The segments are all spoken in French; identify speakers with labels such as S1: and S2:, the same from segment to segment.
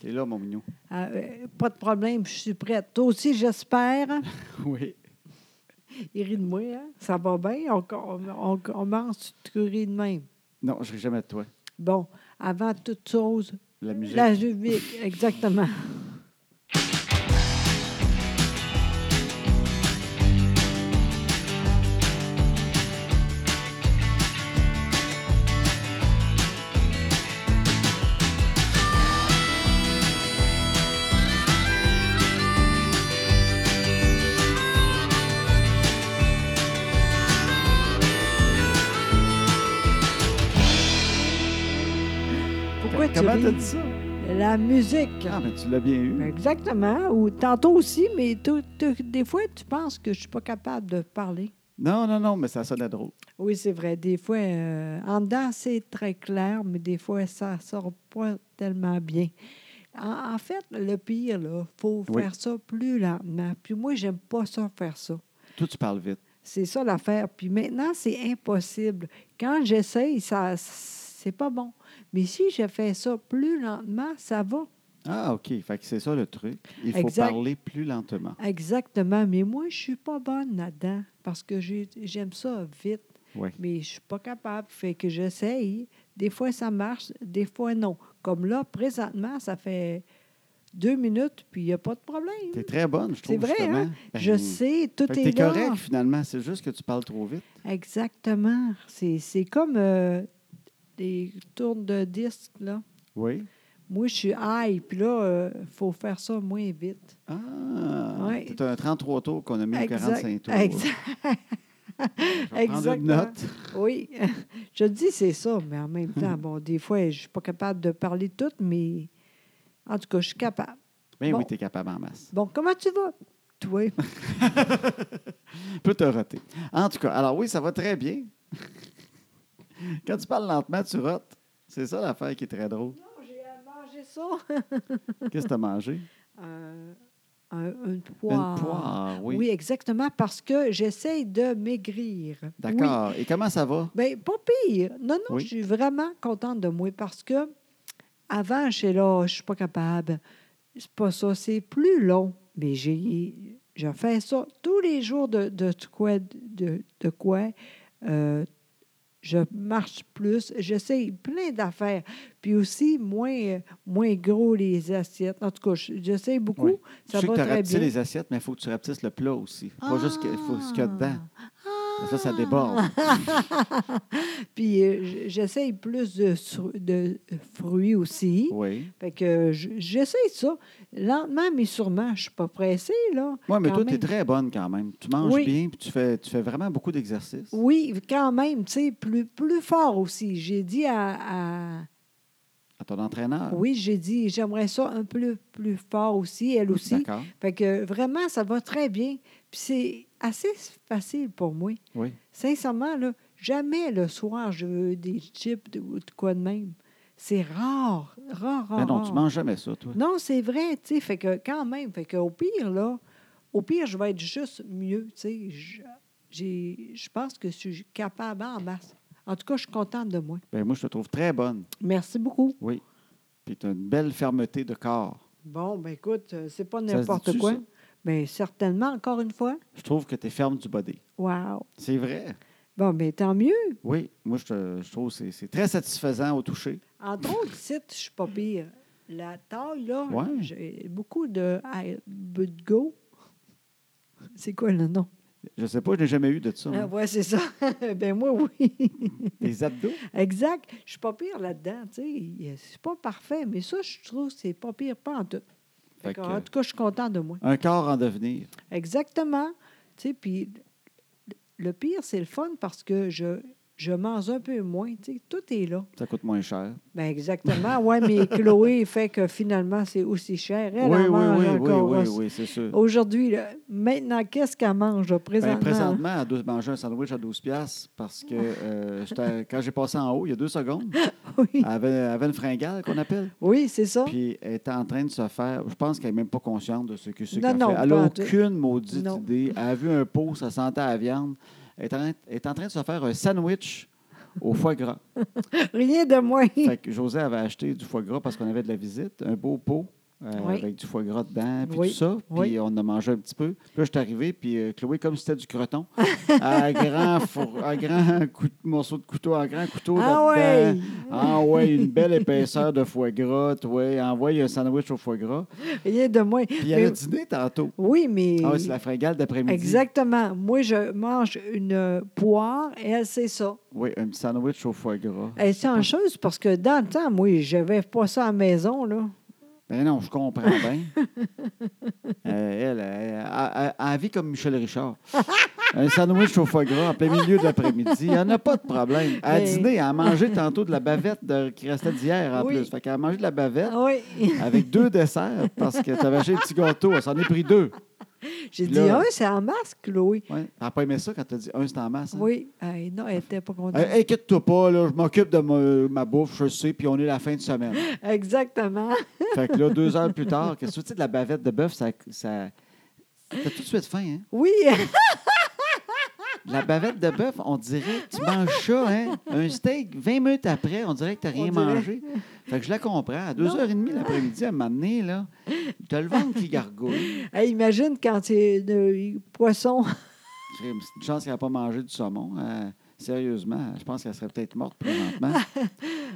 S1: T'es là, mon mignon.
S2: Ah, euh, pas de problème, je suis prête. Toi aussi, j'espère. hein?
S1: Oui.
S2: Il rit de moi, hein? Ça va bien? On, on, on commence, tu te ris de même.
S1: Non, je ne jamais de toi.
S2: Bon, avant toute chose,
S1: La musique.
S2: la musique, exactement. Pourquoi tu
S1: Comment
S2: ris?
S1: t'as dit ça?
S2: La musique.
S1: Ah, mais tu l'as bien
S2: Ben
S1: eu.
S2: Exactement. Ou tantôt aussi, mais tu- tu- des fois, tu penses que je suis pas capable de parler.
S1: Non, non, non, mais ça sonnait drôle.
S2: Oui, c'est vrai. Des fois, euh, en dedans, c'est très clair, mais des fois, ça sort pas tellement bien. En, en fait, le pire, là, faut
S1: Oui.
S2: faire ça plus lentement. Puis moi, j'aime pas ça faire ça.
S1: Toi, tu parles vite.
S2: C'est ça l'affaire. Puis maintenant, c'est impossible. Quand j'essaye, ça, c'est pas bon. Mais si je fais ça plus lentement, ça va.
S1: Ah, OK. Fait que c'est ça le truc. Il faut
S2: Exact.
S1: parler plus lentement.
S2: Exactement. Mais moi, je suis pas bonne là-dedans parce que j'ai- j'aime ça vite.
S1: Oui.
S2: Mais je suis pas capable. Fait que j'essaye. Des fois, ça marche, des fois, non. Comme là, présentement, ça fait deux minutes, puis il n'y a pas de problème.
S1: T'es très bonne, je
S2: C'est
S1: trouve,
S2: vrai,
S1: justement.
S2: hein?
S1: Ben,
S2: je sais, tout
S1: Fait que
S2: est
S1: t'es
S2: là.
S1: correct, finalement. C'est juste que tu parles trop vite.
S2: Exactement. C'est c'est comme euh, des tournes de disques, là.
S1: Oui.
S2: Moi, je suis high, puis là, il faut faire ça moins vite.
S1: Ah!
S2: Ouais.
S1: C'est un 33 tours qu'on a mis au
S2: Exact.
S1: 45 tours.
S2: Exact.
S1: Je vais prendre une
S2: Exactement.
S1: note.
S2: Oui, je dis c'est ça, mais en même temps, bon, des fois, je suis pas capable de parler tout, mais en tout cas, je suis capable.
S1: Ben
S2: Bon.
S1: oui, t'es capable en masse.
S2: Bon, comment tu vas? Toi,
S1: peut te roter. En tout cas, alors oui, ça va très bien. Quand tu parles lentement, tu rotes. C'est ça l'affaire qui est très drôle.
S2: j'ai mangé ça.
S1: Qu'est-ce que tu as mangé?
S2: Un, un, une
S1: Une
S2: poire.
S1: poire, oui.
S2: oui. exactement, parce que j'essaye de maigrir. Oui.
S1: D'accord. Et comment ça va?
S2: Bien, Ben, pas pire. Non, non,
S1: Oui.
S2: je suis vraiment contente de moi parce que avant, je suis là, je suis pas capable. C'est pas ça, c'est plus long. Mais j'ai, je fais ça tous les jours de, de tout quoi, de, de quoi. euh, je marche plus, j'essaie plein d'affaires. Puis aussi, moins, euh, moins gros les assiettes. En tout cas, je- j'essaie beaucoup.
S1: Oui.
S2: Ça
S1: je sais
S2: va
S1: que tu
S2: très
S1: rapetissé
S2: bien.
S1: les assiettes, mais il faut que tu rapetisses le plat aussi. Pas juste que- faut ce qu'il y a dedans. Parce que ça, ça
S2: Ah!
S1: déborde.
S2: Puis euh, j- j'essaye plus de, sur- de fruits aussi.
S1: Oui.
S2: Fait que j- j'essaye ça. Lentement, mais sûrement. Je suis pas pressée, là.
S1: Oui, mais
S2: Quand
S1: toi, tu es
S2: même.
S1: très bonne quand même. Tu manges
S2: Oui.
S1: bien, puis tu fais, tu fais vraiment beaucoup d'exercices.
S2: Oui, quand même, tu sais, plus, plus fort aussi. J'ai dit à, à-
S1: À ton entraîneur.
S2: Oui, j'ai dit, j'aimerais ça un peu plus fort aussi, elle aussi.
S1: D'accord.
S2: Fait que vraiment, ça va très bien. Puis c'est assez facile pour moi.
S1: Oui.
S2: Sincèrement, là, jamais le soir, je veux des chips de- ou de quoi de même. C'est rare, rare, rare.
S1: Mais Ben non, tu
S2: rare.
S1: manges jamais ça, toi.
S2: Non, c'est vrai, tu sais, fait que quand même, fait que au pire, là, au pire, je vais être juste mieux, tu sais. Je- j'ai- Je pense que je suis capable en masse. En tout cas, je suis contente de moi.
S1: Ben, moi, je te trouve très bonne.
S2: Merci beaucoup.
S1: Oui. Puis tu as une belle fermeté de corps.
S2: Bon, ben écoute, euh, c'est pas
S1: se
S2: n'importe
S1: dit-tu,
S2: quoi.
S1: ça?
S2: Bien, certainement, encore une fois.
S1: Je trouve que tu es ferme du body.
S2: Wow.
S1: C'est vrai.
S2: Bon, ben tant mieux.
S1: Oui, moi, je, te- je trouve que c'est- c'est très satisfaisant au toucher.
S2: Entre autres, sites, je suis pas pire. La taille, là,
S1: Ouais.
S2: j'ai beaucoup de but go. C'est quoi le nom?
S1: Je sais pas, je n'ai jamais eu de ça.
S2: Ah,
S1: moi.
S2: ouais, c'est ça. ben moi, oui.
S1: Les abdos?
S2: exact. Je suis pas pire là-dedans, tu sais. C'est pas parfait, mais ça, je trouve que c'est pas pire, pas en tout.
S1: Fait que,
S2: en tout cas, je suis content de moi.
S1: un corps en devenir.
S2: Exactement. Tu sais, puis le pire, c'est le fun parce que je, je mange un peu moins. Tu sais, tout est là.
S1: Ça coûte moins cher.
S2: Ben exactement. Oui, mais Chloé fait que finalement, c'est aussi cher. Elle
S1: oui,
S2: en mange
S1: oui, oui, oui,
S2: encore.
S1: oui,
S2: aussi.
S1: oui, c'est sûr.
S2: Aujourd'hui, là, maintenant, qu'est-ce qu'elle mange là,
S1: Ben,
S2: présentement?
S1: présentement, elle doit manger un sandwich à 12 piastres parce que euh, j'étais- quand j'ai passé en haut, il y a deux secondes,
S2: Oui,
S1: elle avait, elle avait une fringale qu'on appelle.
S2: Oui, c'est ça.
S1: Puis elle était en train de se faire. Je pense qu'elle n'est même pas consciente de ce que c'est
S2: Non,
S1: qu'elle
S2: non,
S1: fait. Elle
S2: pas
S1: n'a
S2: en tout.
S1: aucune maudite
S2: Non.
S1: idée. Elle a vu un pot, ça sentait à la viande. Elle est en, elle est en train de se faire un sandwich au foie gras.
S2: Rien de moins.
S1: Fait que José avait acheté du foie gras parce qu'on avait de la visite, un beau pot. euh,
S2: Oui.
S1: Avec du foie gras dedans, puis
S2: Oui,
S1: tout ça. Puis
S2: oui.
S1: on a mangé un petit peu. Puis là, je suis arrivé, puis euh, Chloé, comme c'était du croton, à grand, four- à grand coup- morceau de couteau, à grand couteau
S2: Ah
S1: là-dedans.
S2: ouais!
S1: Ah ouais, une belle épaisseur de foie gras, ouais, envoie un sandwich au foie gras.
S2: Rien de moins.
S1: Puis il y
S2: Mais-
S1: a le dîner tantôt.
S2: Oui, mais.
S1: Ah ouais, c'est la fringale d'après-midi.
S2: Exactement. Moi, je mange une poire et elle, c'est ça.
S1: Oui, un petit sandwich au foie gras.
S2: Elle est en chose parce que dans le temps, moi, je n'avais pas ça à la maison, là.
S1: Ben non, je comprends bien. Euh, elle, elle, elle- elle- elle vit comme Michel Richard. Un sandwich au foie gras en plein milieu de l'après-midi. Il n'y en a pas de problème. À
S2: Mais-
S1: dîner, elle a mangé tantôt de la bavette de- qui restait d'hier en
S2: Oui.
S1: plus. Fait qu'elle a mangé de la bavette
S2: Ah oui.
S1: avec deux desserts parce que tu avais acheté des petits gâteaux. Elle s'en est pris deux.
S2: J'ai
S1: Puis
S2: dit,
S1: là-
S2: un, c'est en masque, Chloé.
S1: Ouais. Elle n'a pas aimé ça quand tu as dit un, c'est en masse. hein? Eh,
S2: Oui. Hey, non, elle n'était pas contente.
S1: Hey, Inquiète-toi pas, là, je m'occupe de ma, ma bouffe, je sais, puis on est la fin de semaine.
S2: Exactement.
S1: Fait que là, deux heures plus tard, qu'est-ce que tu sais de la bavette de bœuf, ça. ça... T'as tout de suite faim, hein?
S2: Oui.
S1: La bavette de bœuf, on dirait que tu manges ça, hein? Un steak, 20 minutes après, on dirait que tu n'as rien
S2: On dirait.
S1: mangé. Fait que je la comprends. À
S2: Non.
S1: 2h30 l'après-midi, à un moment donné, là, t'as le ventre qui gargouille.
S2: Hey, imagine quand c'est de poisson.
S1: J'ai une petite chance qu'elle n'a pas mangé du saumon. Euh, sérieusement, je pense qu'elle serait peut-être morte présentement.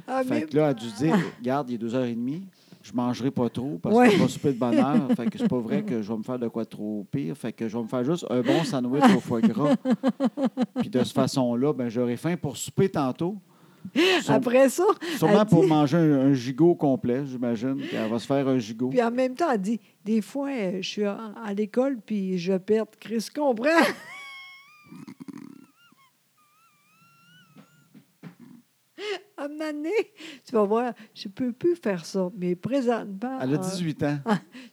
S2: Ah,
S1: Fait
S2: mais-
S1: que là, elle a dû se dire, regarde, il est 2h30, je mangerai pas trop parce
S2: Ouais.
S1: que je vais souper de bonne heure. Fait que c'est pas vrai que je vais me faire de quoi de trop pire. Fait que je vais me faire juste un bon sandwich au foie gras. Puis de cette façon-là, ben, j'aurai faim pour souper tantôt. Sûre-
S2: Après ça,
S1: sûrement
S2: elle
S1: pour
S2: dit-
S1: manger un, un gigot complet, j'imagine. Puis Elle va se faire un gigot.
S2: puis en même temps, elle dit, des fois, euh, je suis à, à l'école, puis je perds. Chris comprend. À un moment donné, tu vas voir, je ne peux plus faire ça. Mais présentement,
S1: Elle a
S2: euh,
S1: 18 ans.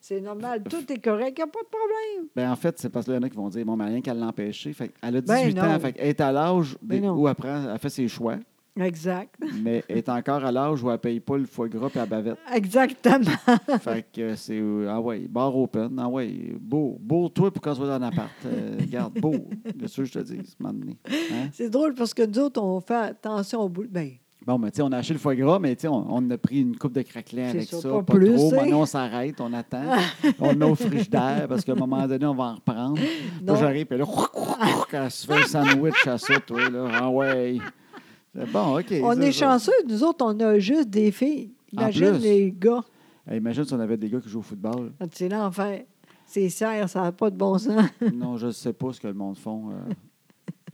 S2: c'est normal, tout est correct, il n'y a pas de problème.
S1: Ben, en fait, c'est parce qu'il y en a qui vont dire, bon, mais rien qu'à l'empêcher. Fait qu'elle a
S2: Ben
S1: 18
S2: non.
S1: ans. Fait qu'elle est à l'âge des-
S2: Ben non.
S1: où elle, prend- elle fait ses choix,
S2: Exact.
S1: mais elle est encore à l'âge où elle paye pas le foie gras et la bavette.
S2: Exactement.
S1: Fait que euh, c'est. euh, Ah ouais, bar open. Ah ouais, beau. Beau, toi, pour qu'on soit dans l'appart. Euh, regarde, beau. Qu'est-ce que je te dis, ce moment donné? Hein?
S2: C'est drôle parce que nous autres, on fait attention au bout. Ben,
S1: Bon, mais tu sais, on a acheté le foie gras, mais tu sais, on, on a pris une coupe de craquelin
S2: C'est
S1: avec
S2: sûr,
S1: ça.
S2: pas
S1: Pas,
S2: plus,
S1: trop.
S2: hein?
S1: Maintenant, on s'arrête, on attend. on met au frigidaire parce qu'à un moment donné, on va en reprendre.
S2: Non.
S1: Moi, j'arrive, puis là, elle se fait un sandwich à ça, toi, là. Ah ouais. C'est Bon, OK.
S2: on
S1: ça,
S2: est
S1: ça.
S2: chanceux, nous autres, on a juste des filles.
S1: En
S2: Imagine
S1: plus.
S2: les gars.
S1: Eh, imagine si on avait des gars qui jouent au football.
S2: C'est l'enfer. C'est serre, ça n'a pas de bon sens.
S1: Non, je ne sais pas ce que le monde font. euh,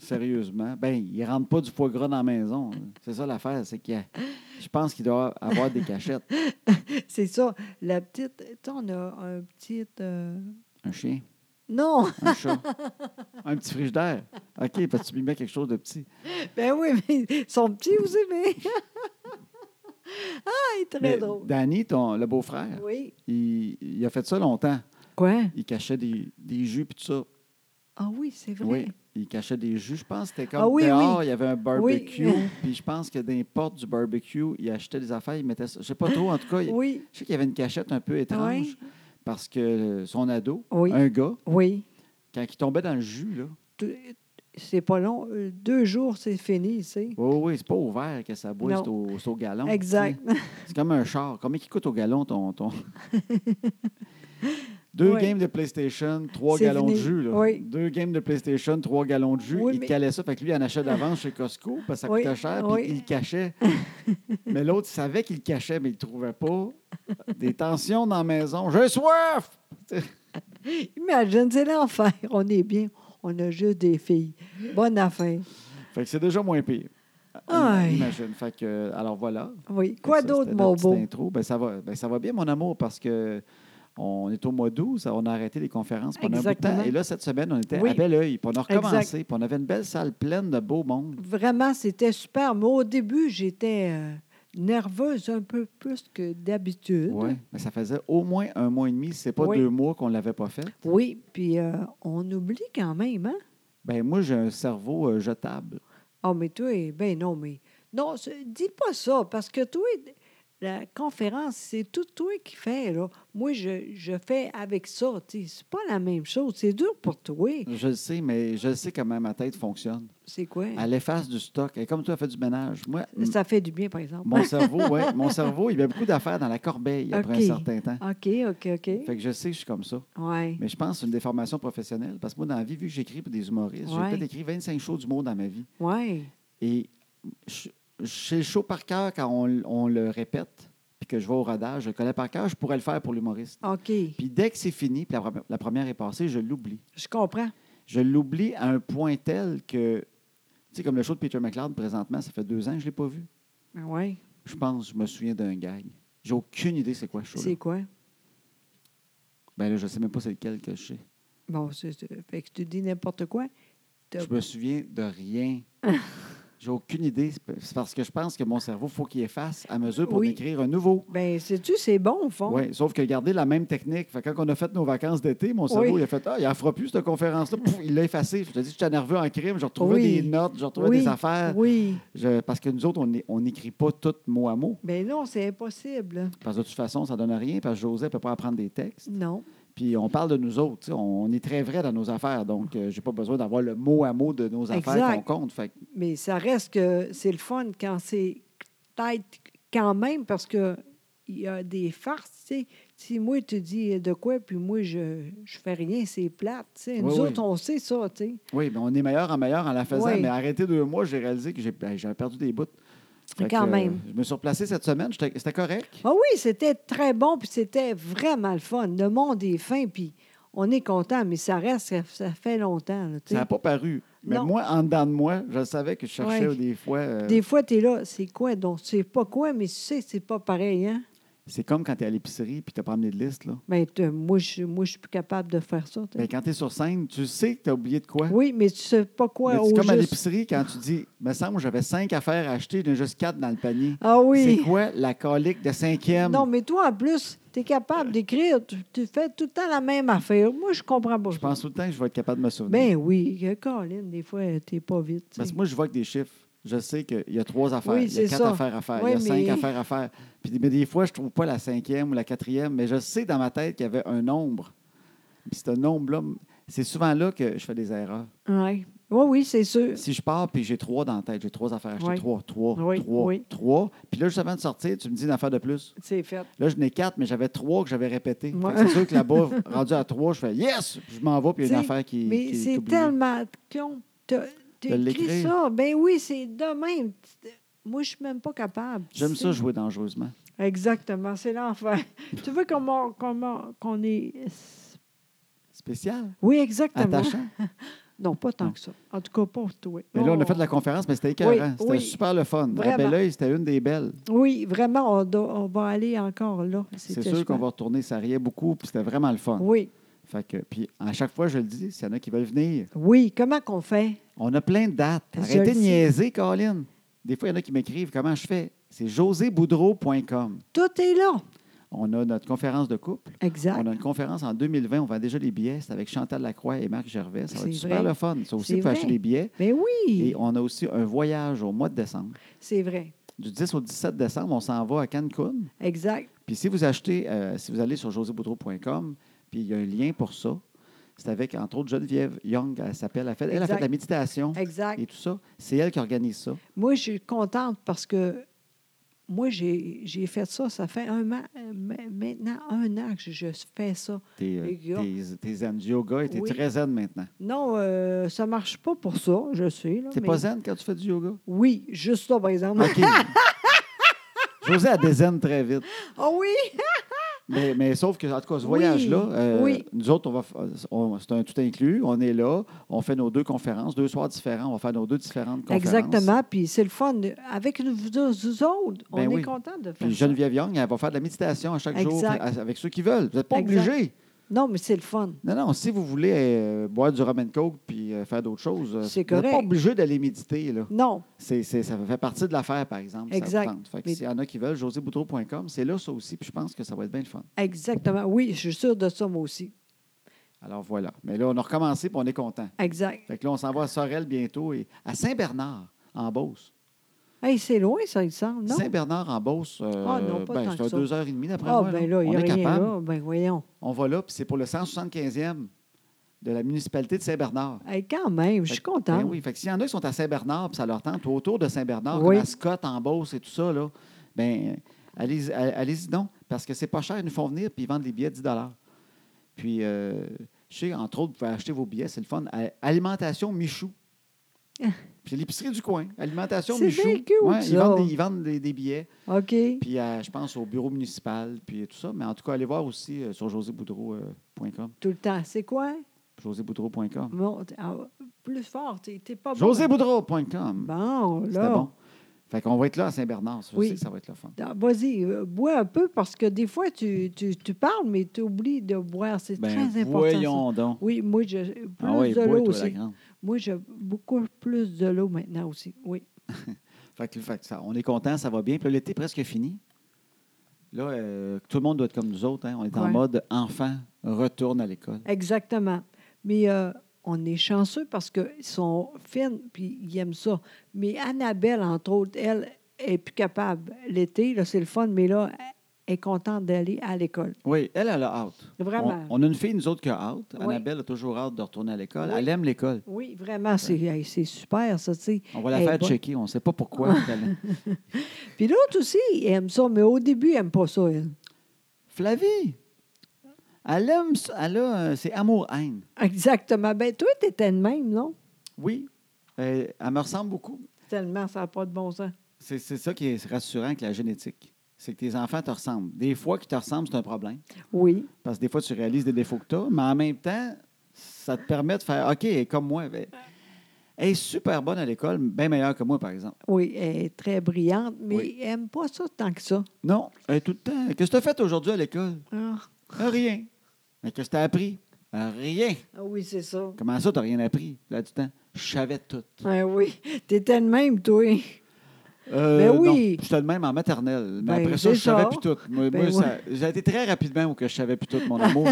S1: sérieusement. Ben, ils ne rentrent pas du foie gras dans la maison. C'est ça l'affaire, c'est qu'il y a- je pense qu'il doit avoir des cachettes.
S2: C'est ça. La petite. Tu sais, on a un petit. euh,
S1: Un chien,
S2: Non!
S1: un chat, un petit frigidaire. OK, parce que tu lui mets quelque chose de petit.
S2: Ben oui, mais ils sont petits aussi, mais. ah, il est très
S1: Mais
S2: drôle.
S1: Danny, ton, le beau-frère,
S2: Oui.
S1: il, il a fait ça longtemps.
S2: Quoi?
S1: Il cachait des, des jus puis tout ça.
S2: Ah oui, c'est vrai.
S1: Oui, il cachait des jus. Je pense que c'était comme
S2: Ah oui,
S1: dehors,
S2: oui.
S1: il y avait un barbecue. Puis je pense que dans les portes du barbecue, il achetait des affaires, il mettait ça. Je sais pas trop, en tout cas, il-
S2: Oui.
S1: Je sais qu'il y avait une cachette un peu étrange
S2: Ouais.
S1: parce que euh, son ado,
S2: Oui.
S1: un gars,
S2: Oui.
S1: quand il tombait dans le jus, là,
S2: Tout- C'est pas long. Euh, Deux jours, c'est fini, tu sais.
S1: oui, oh oui, c'est pas ouvert que ça boit,
S2: Non.
S1: c'est au, c'est au galon.
S2: Exact.
S1: tu sais. C'est comme un char. Combien qui coûte au galon ton. ton- Deux
S2: Ouais.
S1: games de PlayStation, trois
S2: C'est
S1: gallons
S2: fini.
S1: de jus. Là.
S2: Oui.
S1: Deux games de PlayStation, trois gallons de jus.
S2: Oui,
S1: il
S2: mais-
S1: calait ça. Fait que lui, il en achetait d'avance chez Costco parce que ça
S2: Oui,
S1: coûtait cher.
S2: oui.
S1: Puis il le cachait. mais l'autre, il savait qu'il le cachait, mais il le trouvait pas. Des tensions dans la maison. J'ai soif!
S2: Imagine, c'est l'enfer. On est bien. On a juste des filles. Bonne affaire.
S1: Fait que c'est déjà moins pire.
S2: Aïe.
S1: Imagine. Fait que, euh, alors voilà.
S2: Oui. Quoi
S1: Ça,
S2: d'autre,
S1: c'était
S2: mon
S1: notre petite
S2: beau?
S1: intro. Ben, ça, va, ben, ça va bien, mon amour, parce que on est au mois d'août, ça- on a arrêté les conférences pendant un bout de
S2: Exactement.
S1: temps. Et là, cette semaine, on était
S2: Oui.
S1: à bel oeil. Puis on a
S2: Exact.
S1: recommencé. Puis on avait une belle salle pleine de beau monde.
S2: Vraiment, c'était super. Moi, au début, j'étais euh, nerveuse un peu plus que d'habitude.
S1: Ouais. Ben, ça faisait au moins un mois et demi, si c'est pas
S2: Oui.
S1: deux mois qu'on l'avait pas fait.
S2: Oui, puis euh, on oublie quand même, hein?
S1: Ben moi, j'ai un cerveau euh, jetable.
S2: eh Ah, mais toi, ben non, mais... Non, c'est- dis pas ça, parce que toi, la conférence, c'est tout toi qui fais. Là. Moi, je, je fais avec ça. tu sais. C'est pas la même chose. C'est dur pour toi.
S1: Je le sais, mais je le sais comment ma tête fonctionne.
S2: C'est quoi?
S1: Elle efface du stock. Elle est comme toi, elle fait du ménage. Moi, m-
S2: Ça fait du bien, par exemple.
S1: mon cerveau, ouais, mon cerveau, il met beaucoup d'affaires dans la corbeille après
S2: OK.
S1: un certain temps.
S2: OK, OK,
S1: Fait
S2: OK.
S1: que je sais que je suis comme ça.
S2: Oui.
S1: Mais je pense que c'est une déformation professionnelle. Parce que moi, dans la vie, vu que j'écris pour des humoristes,
S2: Ouais.
S1: j'ai peut-être écrit 25 shows d'humour dans ma vie.
S2: Oui.
S1: Et je, je sais le show par cœur quand on, on le répète, puis que je vais au rodage, je le connais par cœur, je pourrais le faire pour l'humoriste.
S2: OK.
S1: Puis dès que c'est fini, puis la, première- la première est passée, je l'oublie.
S2: Je comprends.
S1: Je l'oublie à un point tel que, tu sais, comme le show de Peter McLeod, présentement, ça fait deux ans que je ne l'ai pas vu.
S2: Oui.
S1: Je pense, je me souviens d'un gag. J'ai aucune idée c'est quoi le show.
S2: C'est quoi?
S1: Ben là, je ne sais même pas c'est lequel que je sais.
S2: Bon, c'est, c'est- fait que tu dis n'importe quoi. T'as-
S1: Je me souviens de rien. J'ai aucune idée. C'est p- C'est parce que je pense que mon cerveau, faut qu'il efface à mesure pour
S2: Oui.
S1: écrire un nouveau.
S2: Ben, sais-tu, c'est bon, au fond.
S1: Oui, sauf que garder la même technique. Fait que quand on a fait nos vacances d'été, mon cerveau,
S2: Oui.
S1: il a fait Ah, il en fera plus cette conférence-là. Pouf, Il l'a effacé. Je te dis, j'étais nerveux en crime. Je retrouvais des
S2: Oui.
S1: notes, je retrouvais
S2: Oui.
S1: des affaires.
S2: Oui.
S1: Je- parce que nous autres, on é- on n'écrit pas tout mot à mot.
S2: Ben non, c'est impossible.
S1: Parce que de toute façon, ça donne rien. Parce que José ne peut pas apprendre des textes.
S2: Non.
S1: Puis on parle de nous autres. tu sais, On, on est très vrai dans nos affaires. Donc, euh, j'ai pas besoin d'avoir le mot à mot de nos affaires qu'on
S2: Exact.
S1: compte. Fait que
S2: Mais ça reste que c'est le fun quand c'est peut-être quand même parce que il y a des farces, tu sais. Si moi, tu dis de quoi, puis moi, je, je fais rien, c'est plate, tu sais. Nous
S1: Oui, oui.
S2: autres, on sait ça, tu sais.
S1: Oui, mais on est meilleur en meilleur en la faisant.
S2: Oui.
S1: Mais arrêté deux mois, j'ai réalisé que j'ai ben, j'avais perdu des bouts. Fait
S2: Quand
S1: que, euh,
S2: même.
S1: je me suis replacé cette semaine. J'étais- C'était correct.
S2: Ah oui, c'était très bon, puis c'était vraiment le fun. Le monde est fin, puis on est content, mais ça reste, ça, ça fait longtemps, là, tu
S1: Ça
S2: sais.
S1: n'a pas paru. Mais
S2: Non.
S1: moi, en dedans de moi, je savais que je cherchais
S2: Oui.
S1: des fois. euh,
S2: Des fois, tu es là, c'est quoi? Donc, tu sais pas quoi, mais tu sais, c'est pas pareil, hein?
S1: C'est comme quand tu es à l'épicerie puis tu n'as pas amené de liste. Là.
S2: Ben, t'as- moi, je moi, je suis plus capable de faire ça. tu sais.
S1: Ben, quand tu es sur scène, tu sais que tu as oublié de quoi.
S2: Oui, mais tu sais pas
S1: Mais
S2: quoi
S1: c'est
S2: au
S1: comme à
S2: juste.
S1: l'épicerie quand tu dis Me semble que j'avais cinq affaires à acheter, il y en a juste quatre dans le panier.
S2: Ah oui.
S1: C'est quoi la colique de cinquième?
S2: Non, mais toi, en plus, tu es
S1: Euh.
S2: capable d'écrire. Tu, tu fais tout le temps la même affaire. Moi, je comprends pas.
S1: Je pense tout le temps que je vais être capable de me souvenir.
S2: Ben oui, que Colin, des fois, t'es pas vite. tu sais.
S1: Parce que moi, je vois que des chiffres. Je sais qu'il y a trois affaires,
S2: Oui,
S1: il y
S2: c'est
S1: a quatre
S2: ça.
S1: affaires à faire,
S2: Oui,
S1: il y a
S2: mais-
S1: cinq affaires à faire. Puis, mais des fois, je trouve pas la cinquième ou la quatrième, mais je sais dans ma tête qu'il y avait un nombre. Puis ce nombre-là, m- c'est souvent là que je fais des erreurs.
S2: Ouais. Oui, oui, c'est sûr.
S1: Si je pars puis j'ai trois dans la tête, j'ai trois affaires à acheter,
S2: Oui.
S1: trois, trois,
S2: Oui,
S1: trois,
S2: oui.
S1: trois. Puis là, juste avant de sortir, tu me dis une affaire de plus.
S2: C'est fait.
S1: Là, je n'ai quatre, mais j'avais trois que j'avais répétées. Fait que
S2: Ouais.
S1: C'est sûr que là-bas, rendu à trois, je fais yes, Puis je m'en vais, puis il y a une
S2: T'sais,
S1: affaire qui.
S2: Mais
S1: qui est
S2: c'est
S1: oubliée.
S2: tellement con. T'as-
S1: De
S2: T'as écrit
S1: l'écrire.
S2: ça. Ben oui, c'est de même. Moi, je suis même pas capable. tu
S1: J'aime
S2: sais.
S1: ça jouer dangereusement.
S2: Exactement, c'est l'enfer. tu vois comment, comment qu'on est.
S1: Spécial,
S2: Oui, exactement.
S1: attachant.
S2: Non, pas tant
S1: Non.
S2: que ça. En tout cas, pour toi. Oh,
S1: Mais là, on a fait de la conférence, mais c'était écœurant.
S2: Oui,
S1: c'était
S2: oui.
S1: super le fun.
S2: Vraiment.
S1: À Belleuil, c'était une des belles.
S2: Oui, vraiment, on, doit- on va aller encore là.
S1: C'est
S2: C'était
S1: sûr qu'on
S2: chouette.
S1: va retourner. Ça riait beaucoup, puis c'était vraiment le fun.
S2: Oui,
S1: Fait que, puis à chaque fois, je le dis, s'il y en a qui veulent venir,
S2: oui. Comment qu'on fait?
S1: on a plein de dates.
S2: Je
S1: Arrêtez
S2: le
S1: de
S2: sais.
S1: niaiser, Colin. Des fois, il y en a qui m'écrivent comment je fais. C'est joséboudreau.com.
S2: Tout est là.
S1: On a notre conférence de couple.
S2: Exact.
S1: On a une conférence en 2020. On vend déjà les billets. C'est avec Chantal Lacroix et Marc Gervais. Ça va
S2: C'est
S1: être super
S2: vrai.
S1: le fun. Ça aussi,
S2: C'est
S1: vous pouvez acheter
S2: vrai.
S1: les billets.
S2: Mais
S1: Et
S2: Ben oui,
S1: on a aussi un voyage au mois de décembre.
S2: c'est vrai.
S1: Du 10 au 17 décembre, on s'en va à Cancun.
S2: Exact.
S1: Puis si vous achetez, euh, si vous allez sur joséboudreau.com, puis il y a un lien pour ça. C'est avec, entre autres, Geneviève Young, elle s'appelle. Elle, fait, elle a fait
S2: Exact.
S1: de la méditation
S2: Exact.
S1: et tout ça. C'est elle qui organise ça.
S2: Moi, je suis contente parce que moi, j'ai j'ai fait ça. Ça fait un an, maintenant un an que je fais ça.
S1: T'es, euh,
S2: Les gars.
S1: t'es- t'es zen du yoga et t'es
S2: Oui.
S1: très zen maintenant.
S2: Non, euh, ça marche pas pour ça, je sais. là,
S1: T'es
S2: mais-
S1: pas zen quand tu fais du yoga?
S2: Oui, juste ça, par exemple.
S1: OK. José, elle dézen très vite.
S2: Ah oui!
S1: Mais, mais sauf que, en tout cas, ce voyage-là, euh,
S2: Oui.
S1: nous autres, on va, f- euh, on- c'est un tout inclus. On est là. On fait nos deux conférences, deux soirs différents. On va faire nos deux différentes conférences.
S2: Exactement. Puis c'est le fun. Avec nous, vous autres, on
S1: Ben
S2: est
S1: oui.
S2: content de faire
S1: Puis
S2: ça.
S1: Geneviève Young, elle va faire de la méditation à chaque jour
S2: Exact.
S1: à- avec ceux qui veulent. Vous n'êtes pas
S2: Exact.
S1: obligés.
S2: Non, mais c'est le fun.
S1: Non, non, si vous voulez euh, boire du rum and coke puis euh, faire d'autres choses, euh,
S2: C'est
S1: vous n'êtes pas
S2: correct.
S1: obligé d'aller méditer. Là.
S2: Non,
S1: C'est- c'est- ça fait partie de l'affaire, par exemple. si ça vous
S2: Exact.
S1: tente. Fait que
S2: Mais-
S1: S'il y en a qui veulent, joséboutreau.com, c'est là ça aussi. Puis je pense que ça va être bien le fun.
S2: exactement. Oui, je suis sûre de ça, moi aussi.
S1: Alors voilà. Mais là, on a recommencé puis on est content.
S2: Exact.
S1: Fait que là, on s'en va à Sorel bientôt et à Saint-Bernard, en Beauce.
S2: Hey, c'est loin, ça, il semble, non?
S1: Saint-Bernard-en-Beauce, euh,
S2: Ah, non, pas
S1: ben,
S2: tant
S1: c'est
S2: que
S1: à
S2: ça.
S1: deux heures et demie d'après
S2: Ah,
S1: moi.
S2: ben
S1: là.
S2: là, il
S1: on
S2: n'y a
S1: est
S2: rien
S1: capable.
S2: là. Ben voyons.
S1: On va là, puis c'est pour le 175e de la municipalité de Saint-Bernard.
S2: Hey, quand même, je suis
S1: Fait que-
S2: contente.
S1: Ben oui, fait que s'il y en a qui sont à Saint-Bernard, puis ça leur tente, ou autour de Saint-Bernard,
S2: Oui.
S1: comme à Scott, en Beauce et tout ça, là, ben allez-y allez donc, parce que c'est pas cher. Ils nous font venir, puis ils vendent les billets 10 Puis, euh, je sais, entre autres, vous pouvez acheter vos billets, c'est le fun. À- Alimentation Michou. C'est l'épicerie du coin. Alimentation
S2: Ah. C'est
S1: Michou.
S2: bien cute,
S1: ils
S2: ça.
S1: vendent, des, ils vendent des- des billets.
S2: OK.
S1: Puis, à- je pense au bureau municipal, puis tout ça. Mais en tout cas, allez voir aussi euh, sur joséboudreau.com.
S2: Tout le temps. C'est quoi?
S1: joséboudreau.com.
S2: Bon, t- ah, plus fort, t'es t'es pas bon.
S1: joséboudreau.com.
S2: Bon,
S1: C'était
S2: Bah, là.
S1: bon. Fait qu'on va être là à Saint-Bernard. Ça, je
S2: Oui.
S1: sais que ça va être le fun.
S2: Ah, Vas-y, euh, bois un peu parce que des fois, tu, tu, tu parles, mais tu oublies de boire. C'est très important. ça.
S1: Ben voyons donc.
S2: Oui, moi, je, plus
S1: Ah oui,
S2: de
S1: bois,
S2: l'eau
S1: toi, la
S2: aussi.
S1: grande.
S2: Moi, j'ai beaucoup plus de l'eau maintenant aussi. Oui.
S1: Fait que, fait que ça, on est content, ça va bien. Puis là, l'été est presque fini. Là, euh, tout le monde doit être comme nous autres. hein. On est en
S2: Ouais.
S1: mode enfant, retourne à l'école.
S2: Exactement. Mais euh, on est chanceux parce qu'ils sont fines puis ils aiment ça. Mais Annabelle, entre autres, elle est plus capable. L'été, là, c'est le fun, mais là, elle est contente d'aller à l'école.
S1: Oui, elle, elle a hâte.
S2: Vraiment.
S1: On, on a une fille, nous autres, qui a hâte.
S2: Oui.
S1: Annabelle a toujours hâte de retourner à l'école.
S2: Oui.
S1: Elle aime l'école.
S2: Oui, vraiment, c'est hey, c'est super, ça, tu sais.
S1: On va la
S2: Elle est
S1: faire
S2: bonne.
S1: checker. On ne sait pas pourquoi. Elle-
S2: Puis l'autre aussi, elle aime ça, mais au début, elle aime pas ça, elle.
S1: Flavie, elle aime... ça- Elle a... euh, C'est amour-haine.
S2: Exactement. Ben toi, t'étais de même, non?
S1: Oui, euh, elle me ressemble beaucoup.
S2: Tellement, ça n'a pas de bon sens.
S1: C'est c'est ça qui est rassurant avec la génétique. C'est que tes enfants te ressemblent. Des fois qu'ils te ressemblent, c'est un problème.
S2: Oui.
S1: Parce que des fois, tu réalises des défauts que tu as, mais en même temps, ça te permet de faire OK, elle est comme moi. Elle elle est super bonne à l'école, bien meilleure que moi, par exemple.
S2: Oui, elle est très brillante, mais
S1: Oui.
S2: elle n'aime pas ça tant que ça.
S1: Non, elle est tout le temps. Qu'est-ce que tu as fait aujourd'hui à l'école?
S2: Ah,
S1: Ah, Rien. Mais qu'est-ce que tu as appris? Ah, Rien.
S2: ah oui, c'est ça.
S1: Comment ça, tu rien appris? Là, du temps, je savais tout.
S2: Ah oui, t'étais de même, toi.
S1: Euh,
S2: Ben oui.
S1: non, J'étais le même en maternelle. Mais
S2: Ben,
S1: après ça,
S2: c'est
S1: je savais
S2: ça.
S1: plus tout. Moi,
S2: Ben
S1: moi, ça- j'ai été très rapidement où que je savais plus tout, mon amour.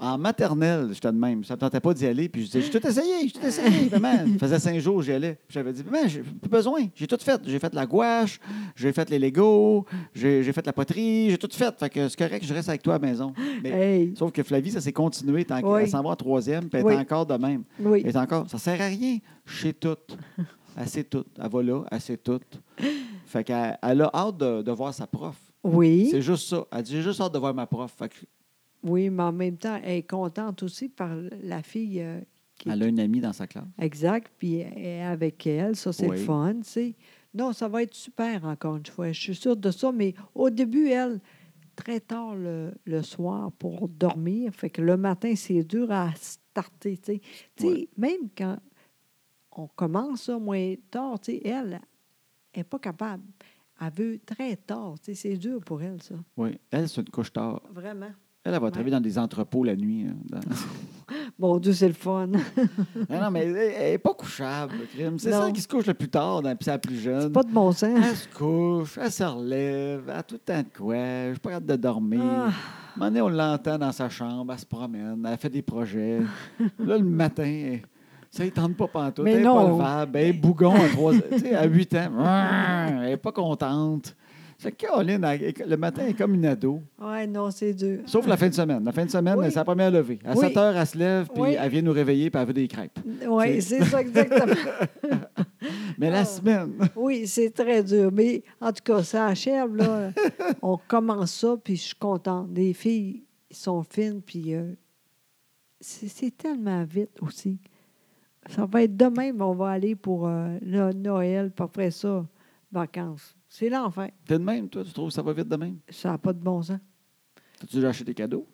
S1: en maternelle, j'étais le même. Ça ne me tentait pas d'y aller. Puis je disais, j'ai tout essayé, j'ai tout essayé, maman. Ça faisait cinq jours, j'y allais. Puis j'avais dit, maman, j'ai plus besoin. J'ai tout fait. J'ai fait la gouache, j'ai fait les Legos, j'ai j'ai fait la poterie, j'ai tout fait. Fait que c'est correct, je reste avec toi à la maison. Mais,
S2: Hey,
S1: Sauf que Flavie, ça s'est continué. Tant
S2: Euh, Oui.
S1: qu'elle s'en va en troisième, puis elle
S2: Oui.
S1: est encore de même.
S2: oui.
S1: Elle est encore, ça sert à rien. Je sais tout. Elle sait tout. Elle va là, elle sait tout. Fait qu'elle elle a hâte de, de voir sa prof.
S2: Oui,
S1: C'est juste ça. Elle dit, j'ai juste hâte de voir ma prof. Fait que-
S2: oui, mais en même temps, elle est contente aussi par la fille euh, qui est
S1: elle a une amie dans sa classe.
S2: exact, puis elle est avec elle. Ça, c'est
S1: Oui.
S2: le fun, tu sais. Non, ça va être super, encore une fois. Je suis sûre de ça, mais au début, elle, très tard le, le soir pour dormir. Fait que le matin, c'est dur à starter, tu sais. Tu sais,
S1: Ouais.
S2: même quand on commence ça moins tard, tu sais, elle, elle n'est pas capable. Elle veut très tard, tu sais. C'est dur pour elle, ça.
S1: Oui. Elle, c'est une couche tard.
S2: Vraiment.
S1: Elle, elle va
S2: Ouais.
S1: travailler dans des entrepôts la nuit. hein, dans-
S2: Mon Dieu, c'est le fun.
S1: non, non, mais elle n'est pas couchable, le crime. C'est
S2: Non.
S1: ça qui se couche le plus tard, dans, puis c'est la plus jeune.
S2: Pas de bon sens.
S1: Elle se couche, elle se relève, elle a tout le temps de quoi, je suis pas capable de dormir.
S2: Ah.
S1: un moment donné, on l'entend dans sa chambre, elle se promène, elle fait des projets. là, le matin, elle- ça, il tente pas pantoute,
S2: Mais
S1: elle est pas
S2: non.
S1: levable, elle est bougon à, trois, tu sais, à 8 ans, elle est pas contente. C'est que Caroline, elle- le matin, elle est comme une ado,
S2: Ouais, non, c'est dur.
S1: sauf la fin de semaine. La fin de semaine,
S2: Oui.
S1: c'est la première levée. À
S2: Oui.
S1: 7 heures, elle se lève, puis
S2: Oui.
S1: elle vient nous réveiller, puis elle veut des crêpes.
S2: Oui, c'est ça exactement.
S1: Mais la
S2: Ah.
S1: semaine,
S2: Oui, c'est très dur. Mais en tout cas, ça achève, là. On commence ça, puis je suis contente. Les filles sont fines, puis euh, c'est c'est tellement vite aussi. Ça va être demain, mais on va aller pour euh, le Noël, puis après ça, vacances. C'est l'enfer.
S1: t'es de même, toi, tu trouves que ça va vite de même?
S2: Ça n'a pas de bon sens.
S1: T'as-tu déjà acheté des cadeaux?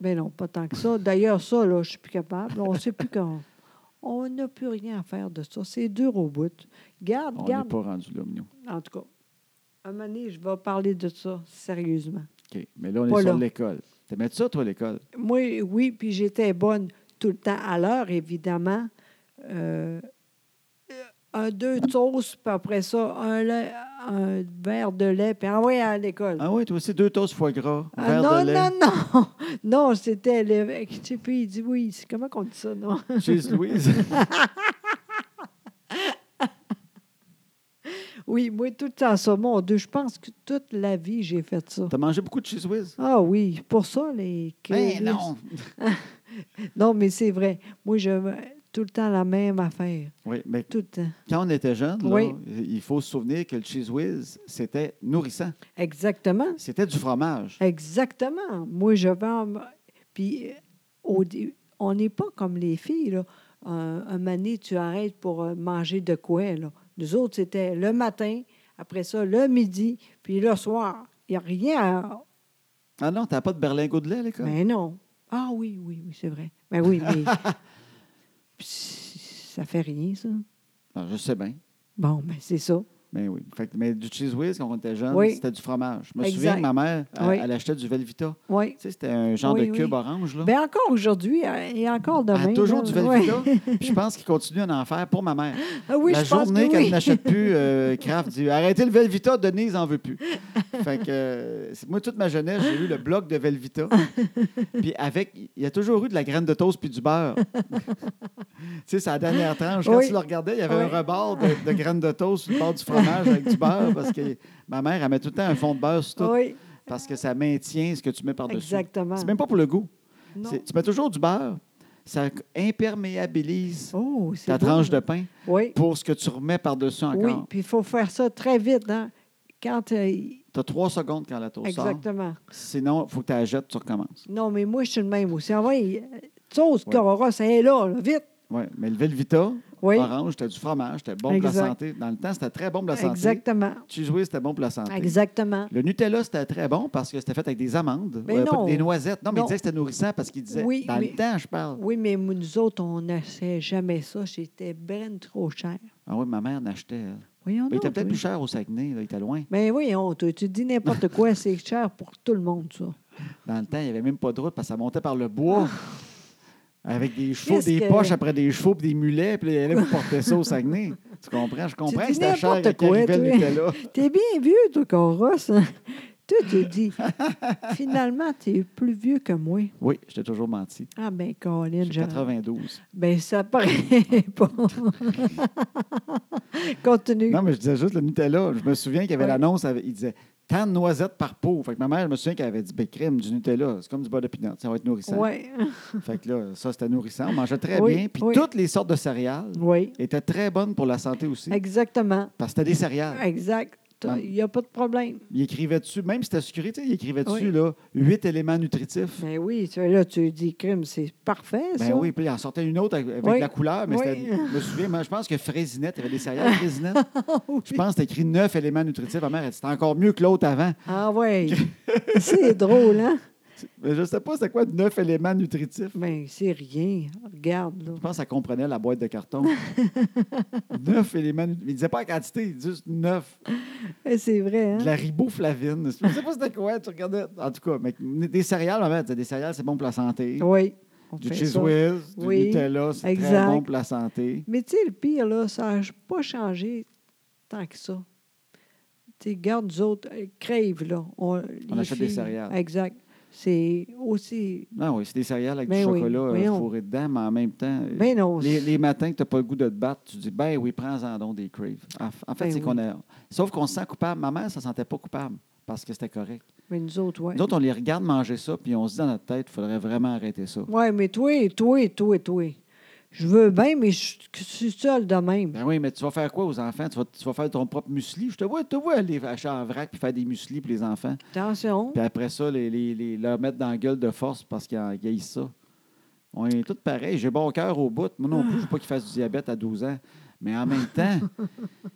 S2: Mais non, pas tant que ça. D'ailleurs, ça, là, je suis plus capable. On sait plus quand. On n'a plus rien à faire de ça. C'est dur au bout. Garde,
S1: On n'est
S2: garde.
S1: pas rendu là, mignon.
S2: En tout cas, un moment donné, je vais parler de ça sérieusement.
S1: OK. Mais là, on
S2: Pas
S1: est sur
S2: là.
S1: l'école. T'aimais ça, toi, l'école?
S2: Moi, oui, puis j'étais bonne tout le temps à l'heure, évidemment. Euh, un, deux toasts, puis après ça, un, lait- un verre de lait, puis envoyé à l'école.
S1: Ah oui, toi aussi, deux toasts foie gras, un
S2: Ah,
S1: verre
S2: non,
S1: de lait.
S2: non, non, non, c'était l'évêque. Tu sais, puis il dit oui, c'est- comment qu'on dit ça, non?
S1: Cheese Louise.
S2: Oui, moi, tout le temps ça, mon Dieu, je pense que toute la vie, j'ai fait ça.
S1: T'as mangé beaucoup de cheese whiz?
S2: Ah oui, pour ça, les...
S1: Ben
S2: les-
S1: non!
S2: Non, mais c'est vrai. Moi, je tout le temps la même affaire.
S1: Oui, mais
S2: Tout le temps.
S1: quand on était jeune, là,
S2: Oui.
S1: il faut se souvenir que le cheese whiz, c'était nourrissant.
S2: Exactement.
S1: C'était du fromage.
S2: Exactement. Moi, je vends... Puis, euh, au dé- on n'est pas comme les filles, là. Un, un mané, tu arrêtes pour euh, manger de quoi, là. Nous autres, c'était le matin, après ça, le midi, puis le soir. Il n'y a rien à...
S1: Ah non, t'as pas de berlingot de lait à l'école?
S2: Mais non. Ah oui, oui, oui, c'est vrai. Mais oui, mais... Puis, ça fait rien, ça.
S1: Ah, je sais bien.
S2: Bon, mais c'est ça.
S1: Ben oui. Fait que- mais du cheese whiz, quand on était jeune,
S2: Oui.
S1: c'était du fromage. Je me
S2: Exact.
S1: souviens que ma mère, elle,
S2: Oui.
S1: elle achetait du Velvita.
S2: Oui.
S1: Tu sais, c'était un genre
S2: Oui,
S1: de
S2: oui.
S1: cube orange, là.
S2: Bien, Ben, encore aujourd'hui euh, et encore
S1: Elle a
S2: demain.
S1: Ah, toujours
S2: là.
S1: du
S2: Ouais.
S1: Velvita. Puis Je pense qu'il continue à en faire pour ma mère.
S2: Ah oui,
S1: la
S2: je pense
S1: journée
S2: que
S1: qu'elle
S2: oui.
S1: n'achète plus, euh, Kraft dit Arrêtez le Velvita, Denise n'en veut plus. Fait que, euh, c'est- moi, toute ma jeunesse, j'ai eu le bloc de Velvita. puis avec, il y a toujours eu de la graine de toast puis du beurre. tu sais, c'est la dernière tranche. Quand
S2: Oui.
S1: tu le regardais, il y avait
S2: Oui.
S1: un rebord de, de graine de toast sur le bord du fromage avec du beurre parce que ma mère, elle met tout le temps un fond de beurre sur tout
S2: Oui,
S1: parce que ça maintient ce que tu mets par-dessus.
S2: exactement.
S1: C'est même pas pour le goût.
S2: Non.
S1: C'est- Tu mets toujours du beurre. Ça imperméabilise
S2: Oh, c'est
S1: ta
S2: beau.
S1: tranche de pain
S2: Oui,
S1: pour ce que tu remets par-dessus encore.
S2: oui. Puis il faut faire ça très vite. Hein? Quand. euh,
S1: Tu as trois secondes quand la toast sort.
S2: exactement.
S1: Sinon, il faut que tu la jettes, tu recommences.
S2: Non, mais moi, je suis le même aussi. Ah oui, euh, sauce,
S1: Ouais.
S2: Corora, c'est là, là, vite.
S1: Oui, mais le Velvita,
S2: Oui,
S1: orange, c'était du fromage, c'était bon pour
S2: Exact.
S1: la santé. Dans le temps, c'était très bon pour la santé.
S2: exactement.
S1: Cheese Whiz, c'était bon pour la santé.
S2: Exactement.
S1: Le Nutella, c'était très bon parce que c'était fait avec des amandes, Euh,
S2: Mais non.
S1: des noisettes. Non, mais
S2: Non.
S1: il disait que c'était nourrissant parce qu'il disait,
S2: Oui,
S1: dans
S2: mais-
S1: le temps, je parle.
S2: Oui, mais mou- nous autres, on n'achetait jamais ça. C'était ben trop cher.
S1: Ah oui, ma mère n'achetait. elle.
S2: Voyons
S1: Mais il était
S2: donc, hein.
S1: peut-être
S2: oui.
S1: plus cher au Saguenay, là, il était loin.
S2: Mais voyons, toi, tu dis n'importe quoi, c'est cher pour tout le monde, ça.
S1: Dans le temps, il n'y avait même pas de route parce que ça montait par le bois. Avec des chevaux,
S2: Ah. Qu'est-ce
S1: des
S2: que-
S1: poches après des chevaux, puis des mulets, puis là, vous portez ça au Saguenay. Tu comprends? Je comprends
S2: dis
S1: que c'était cher
S2: n'importe
S1: quand
S2: quoi,
S1: arrivait le
S2: toi.
S1: Nutella.
S2: T'es bien vieux, toi, Coros. hein? Toi, tu dis, finalement, t'es plus vieux que moi.
S1: Oui, je t'ai toujours menti.
S2: Ah, ben, Colin,
S1: J'ai
S2: je...
S1: 92.
S2: Ben, ça paraît pas. Continue.
S1: Non, mais je disais juste le Nutella. Je me souviens qu'il y avait
S2: Ouais.
S1: l'annonce, avec- il disait tant de noisettes par pot. Fait que ma mère, je me souviens qu'elle avait dit ben, crème, du Nutella, c'est comme du beurre de pinot, ça va être nourrissant.
S2: Oui,
S1: Fait que là, ça, c'était nourrissant. On mangeait très
S2: Oui,
S1: bien. Puis
S2: oui.
S1: toutes les sortes de céréales
S2: oui,
S1: étaient très bonnes pour la santé aussi.
S2: exactement.
S1: Parce que c'était des céréales.
S2: Exact.
S1: Ah.
S2: T'as- Il n'y a pas de problème.
S1: Il écrivait dessus, même si c'était sucré, tu sais, il écrivait dessus
S2: Oui.
S1: là, huit éléments nutritifs.
S2: Ben oui, tu- là, tu dis, crime, c'est parfait,
S1: Ben
S2: ça.
S1: oui, puis il en sortait une autre avec avec
S2: Oui.
S1: la couleur, mais
S2: Oui.
S1: c'était- je me souviens, moi, je pense que Fraisinette, il y avait des céréales Fraisinette. Je pense que c'était écrit neuf éléments nutritifs. Ma mère, elle dit, c'était encore mieux que l'autre avant.
S2: Ah oui, c'est drôle, hein?
S1: Mais je ne sais pas c'est quoi neuf éléments nutritifs.
S2: Ben, c'est rien. Regarde, là.
S1: Je pense qu'elle comprenait la boîte de carton. neuf éléments nutritifs. Il disait pas la quantité, il disait juste neuf.
S2: Eh, C'est vrai, hein?
S1: De la riboflavine. Je ne sais pas c'était quoi, tu regardais. En tout cas, mais des céréales, ma mère disait, des céréales, c'est bon pour la santé.
S2: Oui. on
S1: Du
S2: fait
S1: cheese
S2: ça.
S1: whiz, du
S2: Oui,
S1: Nutella, c'est très
S2: exact.
S1: bon pour la santé.
S2: Mais tu sais, le pire, là, ça n'a pas changé tant que ça. Tu sais, garde nous autres, euh, crève, là. On, les
S1: achète des céréales.
S2: Exact. C'est aussi.
S1: Non, oui, c'est des céréales avec
S2: Ben
S1: du
S2: oui,
S1: chocolat euh,
S2: voyons.
S1: fourré dedans, mais en même temps, euh,
S2: Ben non.
S1: les, les matins que tu n'as pas le goût de te battre, tu dis, ben oui, prends-en donc des craves. En, en fait,
S2: Ben
S1: c'est
S2: oui.
S1: qu'on a. Sauf qu'on se sent coupable. Ma mère, ça ne sentait pas coupable parce que c'était correct.
S2: Mais nous autres, oui.
S1: Nous autres, on les regarde manger ça, puis on se dit dans notre tête, il faudrait vraiment arrêter ça.
S2: Oui, mais toi, toi, toi, toi. Je veux bien, mais je je suis seule de même.
S1: Ben oui, mais tu vas faire quoi aux enfants? Tu vas, tu vas faire ton propre muesli? Je te vois, je te vois aller acheter en vrac puis faire des muesli pour les enfants.
S2: Attention.
S1: Puis après ça, les, les, les- leur mettre dans la gueule de force parce qu'ils en- ils haïssent ça. On est tous pareils. J'ai bon cœur au bout. Moi non plus, je ne veux pas qu'ils fassent du diabète à 12 ans. Mais en même temps,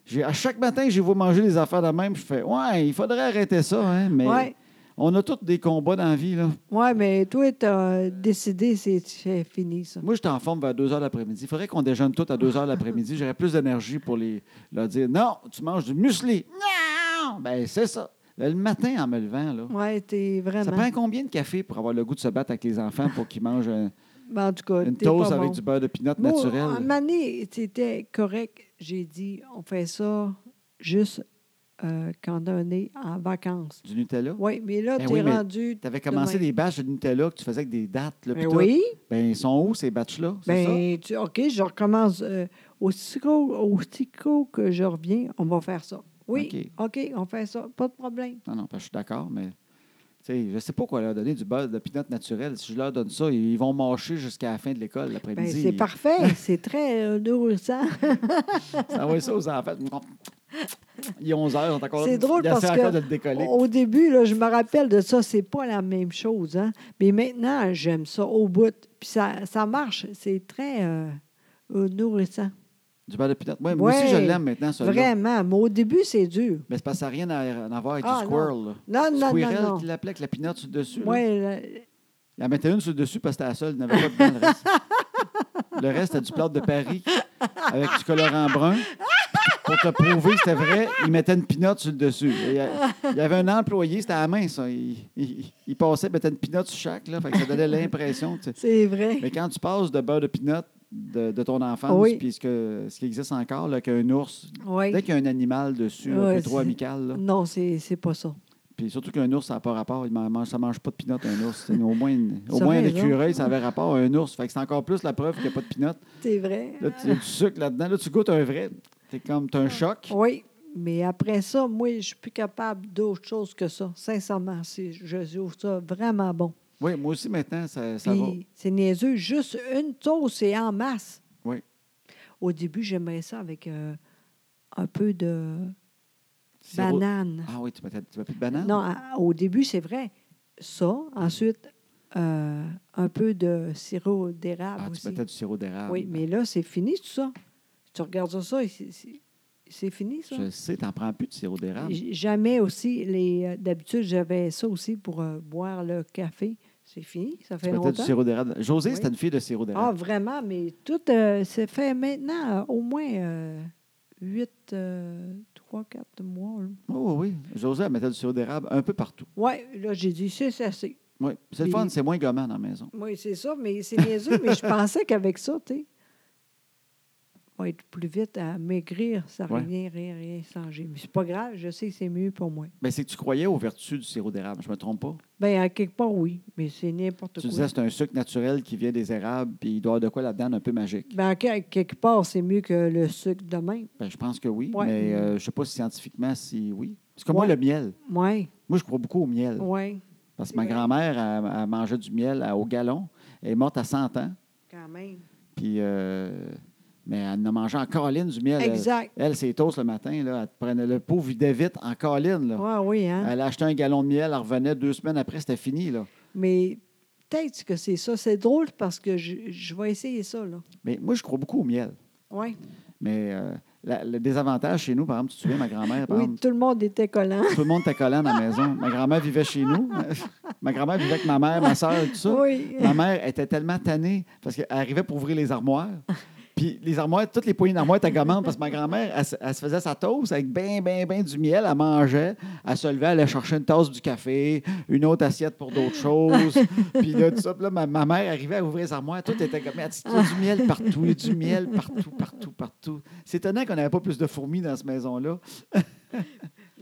S1: j'ai- à chaque matin que je vois manger les affaires de même, je fais Ouais, il faudrait arrêter ça, hein, mais
S2: Oui,
S1: on a tous des combats dans la vie. Là.
S2: ouais, mais toi, tu as décidé, c'est- c'est fini, ça.
S1: Moi, je en forme vers 2 h l'après-midi. Il faudrait qu'on déjeune tous à 2 h l'après-midi. J'aurais plus d'énergie pour les, leur dire Non, tu manges du muesli. Non Ben, c'est ça. Le matin, en me levant, là,
S2: Oui, t'es
S1: ça
S2: vraiment.
S1: prend combien de café pour avoir le goût de se battre avec les enfants pour qu'ils mangent un,
S2: Ben, en tout cas,
S1: Une
S2: t'es pas
S1: toast avec
S2: bon.
S1: du beurre de pinot
S2: Moi,
S1: naturel.
S2: À un année, c'était correct. J'ai dit, on fait ça juste euh, quand on est en vacances.
S1: Du Nutella.
S2: Oui, mais là,
S1: Ben
S2: t'es
S1: oui, mais
S2: rendu.
S1: Tu avais commencé
S2: demain.
S1: des batchs de Nutella que tu faisais avec des dates. Là, pis
S2: Ben
S1: tout.
S2: oui,
S1: Ben, ils sont où, ces batchs-là? C'est ça?
S2: ben, tu- OK, je recommence. euh, aussitôt, aussitôt que je reviens, on va faire ça. Oui, OK, on fait ça. Pas de problème.
S1: Non, non, parce que je suis d'accord, mais tu sais, je sais pas quoi leur donner du beurre de pinot naturel. Si je leur donne ça, ils vont marcher jusqu'à la fin de l'école
S2: Ben,
S1: l'après-midi.
S2: c'est parfait. c'est très euh, nourrissant.
S1: Ça envoie Ah ça aux enfants. Ils ont 11 heures, ils sont encore
S2: C'est drôle
S1: ils essaient
S2: parce
S1: encore
S2: que- Oh.
S1: de le décoller.
S2: Au début, là, je me rappelle de ça, c'est pas la même chose. hein. Mais maintenant, j'aime ça au bout. Puis ça, ça marche. C'est très euh, euh, nourrissant.
S1: Du beurre de pinot. Ouais, Moi
S2: Ouais.
S1: aussi, je l'aime maintenant, celui-là.
S2: Vraiment. Mais au début, c'est dur.
S1: Mais c'est parce que ça n'a rien à, à voir avec
S2: Ah,
S1: du
S2: non.
S1: squirrel. là.
S2: Non, non,
S1: Squirrel
S2: non,
S1: qui
S2: non.
S1: l'appelait avec la pinot sur le dessus. là.
S2: Ouais, la-
S1: Il en mettait une sur le dessus parce que c'était la seule, il n'avait pas dedans le reste. Le reste, c'était du plâtre de Paris avec du colorant brun. Pour te prouver que c'était vrai, il mettait une pinotte sur le dessus. Et, euh, Il y avait un employé, c'était à la main, ça. Il, il- il passait, mettait une pinotte sur chaque, là, fait que ça donnait l'impression. tu sais.
S2: c'est vrai.
S1: Mais quand tu passes de beurre de pinotte de, de ton enfance,
S2: Oui.
S1: puis ce, que- ce qui existe encore, là, qu'un ours,
S2: Oui.
S1: dès qu'il y a un animal dessus, un
S2: Ouais,
S1: peu trop
S2: c'est-
S1: amical, là,
S2: Non, c'est c'est pas ça.
S1: puis surtout qu'un ours, ça n'a pas rapport. Il mange, ça ne mange pas de pinotte, un ours. C'est Au moins, une- au
S2: Ça
S1: moins un
S2: fait raison.
S1: écureuil, ça avait rapport à un ours. Fait que c'est encore plus la preuve qu'il n'y a pas de pinotte.
S2: C'est vrai.
S1: Là, tu- il y a du sucre là-dedans. Là, tu goûtes un vrai. T'es comme, t'as un choc.
S2: Oui, mais après ça, moi, je suis plus capable d'autre chose que ça. Sincèrement, c'est- je trouve ça vraiment bon.
S1: Oui, moi aussi, maintenant, ça, ça va.
S2: Puis, c'est niaiseux, juste une sauce et en masse.
S1: Oui.
S2: Au début, j'aimerais ça avec euh, un peu de
S1: C'est rose-
S2: banane.
S1: Ah oui, tu mettais, tu mets plus de banane?
S2: Non, ah, à- au début, c'est vrai. Ça, ensuite, euh, un peu de sirop d'érable
S1: Ah, tu
S2: aussi.
S1: mettais du sirop d'érable.
S2: Oui, mais là, c'est fini tout ça. Tu regardes ça, et c'est- c'est c'est fini ça.
S1: Je sais, t'en prends plus de sirop d'érable.
S2: J- Jamais aussi, les euh, d'habitude, j'avais ça aussi pour euh, boire le café. C'est fini, ça
S1: Tu
S2: fait
S1: mettais du
S2: longtemps.
S1: sirop d'érable. Josée,
S2: Oui.
S1: c'était une fille de sirop
S2: Ah,
S1: d'érable.
S2: vraiment, mais tout euh, c'est fait maintenant euh, au moins euh, huit, 8, 3, 4 mois.
S1: Oh, oui, oui. Josée, elle mettait du sirop d'érable un peu partout.
S2: Oui, là, j'ai dit, c'est c'est assez.
S1: Oui, c'est le
S2: Puis-
S1: fun, c'est moins gommant dans la maison.
S2: Oui, c'est ça, mais c'est niaiseux, mais je pensais qu'avec ça, tu sais, on va être plus vite à maigrir, ça
S1: Ouais.
S2: rien, rien, rien changer. Mais c'est pas grave, je sais que c'est mieux pour moi.
S1: Mais c'est que tu croyais aux vertus du sirop d'érable, je me trompe pas.
S2: Bien, à quelque part, oui, mais c'est n'importe
S1: Tu
S2: quoi.
S1: disais, c'est un sucre naturel qui vient des érables, puis il doit y avoir de quoi là-dedans un peu magique.
S2: Ben, à quel- quelque part, c'est mieux que le sucre de même.
S1: Ben, je pense que oui,
S2: Ouais.
S1: mais euh, je ne sais pas scientifiquement si oui. C'est comme moi,
S2: Ouais.
S1: le miel.
S2: Oui,
S1: Moi, je crois beaucoup au miel.
S2: oui,
S1: parce que
S2: c'est
S1: ma
S2: vrai.
S1: grand-mère, elle, elle mangeait du miel à- au galon. Elle est morte à 100 ans,
S2: quand même.
S1: puis, euh, mais elle en a mangé en colline du miel. Elle-
S2: Exact.
S1: Elle, ses toasts le matin, là, elle te prenait le pot, vidait vite en colline. là.
S2: Oui, oui, hein.
S1: Elle achetait un galon de miel, elle revenait deux semaines après, c'était fini. Là.
S2: Mais peut-être que c'est ça. C'est drôle parce que je, je vais essayer ça, là.
S1: Mais moi, je crois beaucoup au miel.
S2: Ouais.
S1: Mais euh, la- le désavantage chez nous, par exemple, tu te souviens, ma grand-mère, par
S2: Oui,
S1: exemple,
S2: tout le monde était collant.
S1: Tout le monde était collant dans la maison. Ma grand-mère vivait chez nous. Ma grand-mère vivait avec ma mère, ma soeur, tout ça.
S2: Oui.
S1: Ma mère était tellement tannée parce qu'elle arrivait pour ouvrir les armoires. Puis les armoires, toutes les poignées d'armoires étaient gommantes parce que ma grand-mère, elle, se- elle se faisait sa toast avec ben, ben, ben du miel. Elle mangeait, elle se levait, elle allait chercher une tasse du café, une autre assiette pour d'autres choses. Puis là, tout ça. Puis là, ma, ma mère arrivait à ouvrir les armoires, tout était gommé. Elle dit, Il y a du miel partout, il y a du miel partout, partout, partout. C'est étonnant qu'on n'avait pas plus de fourmis dans cette maison-là.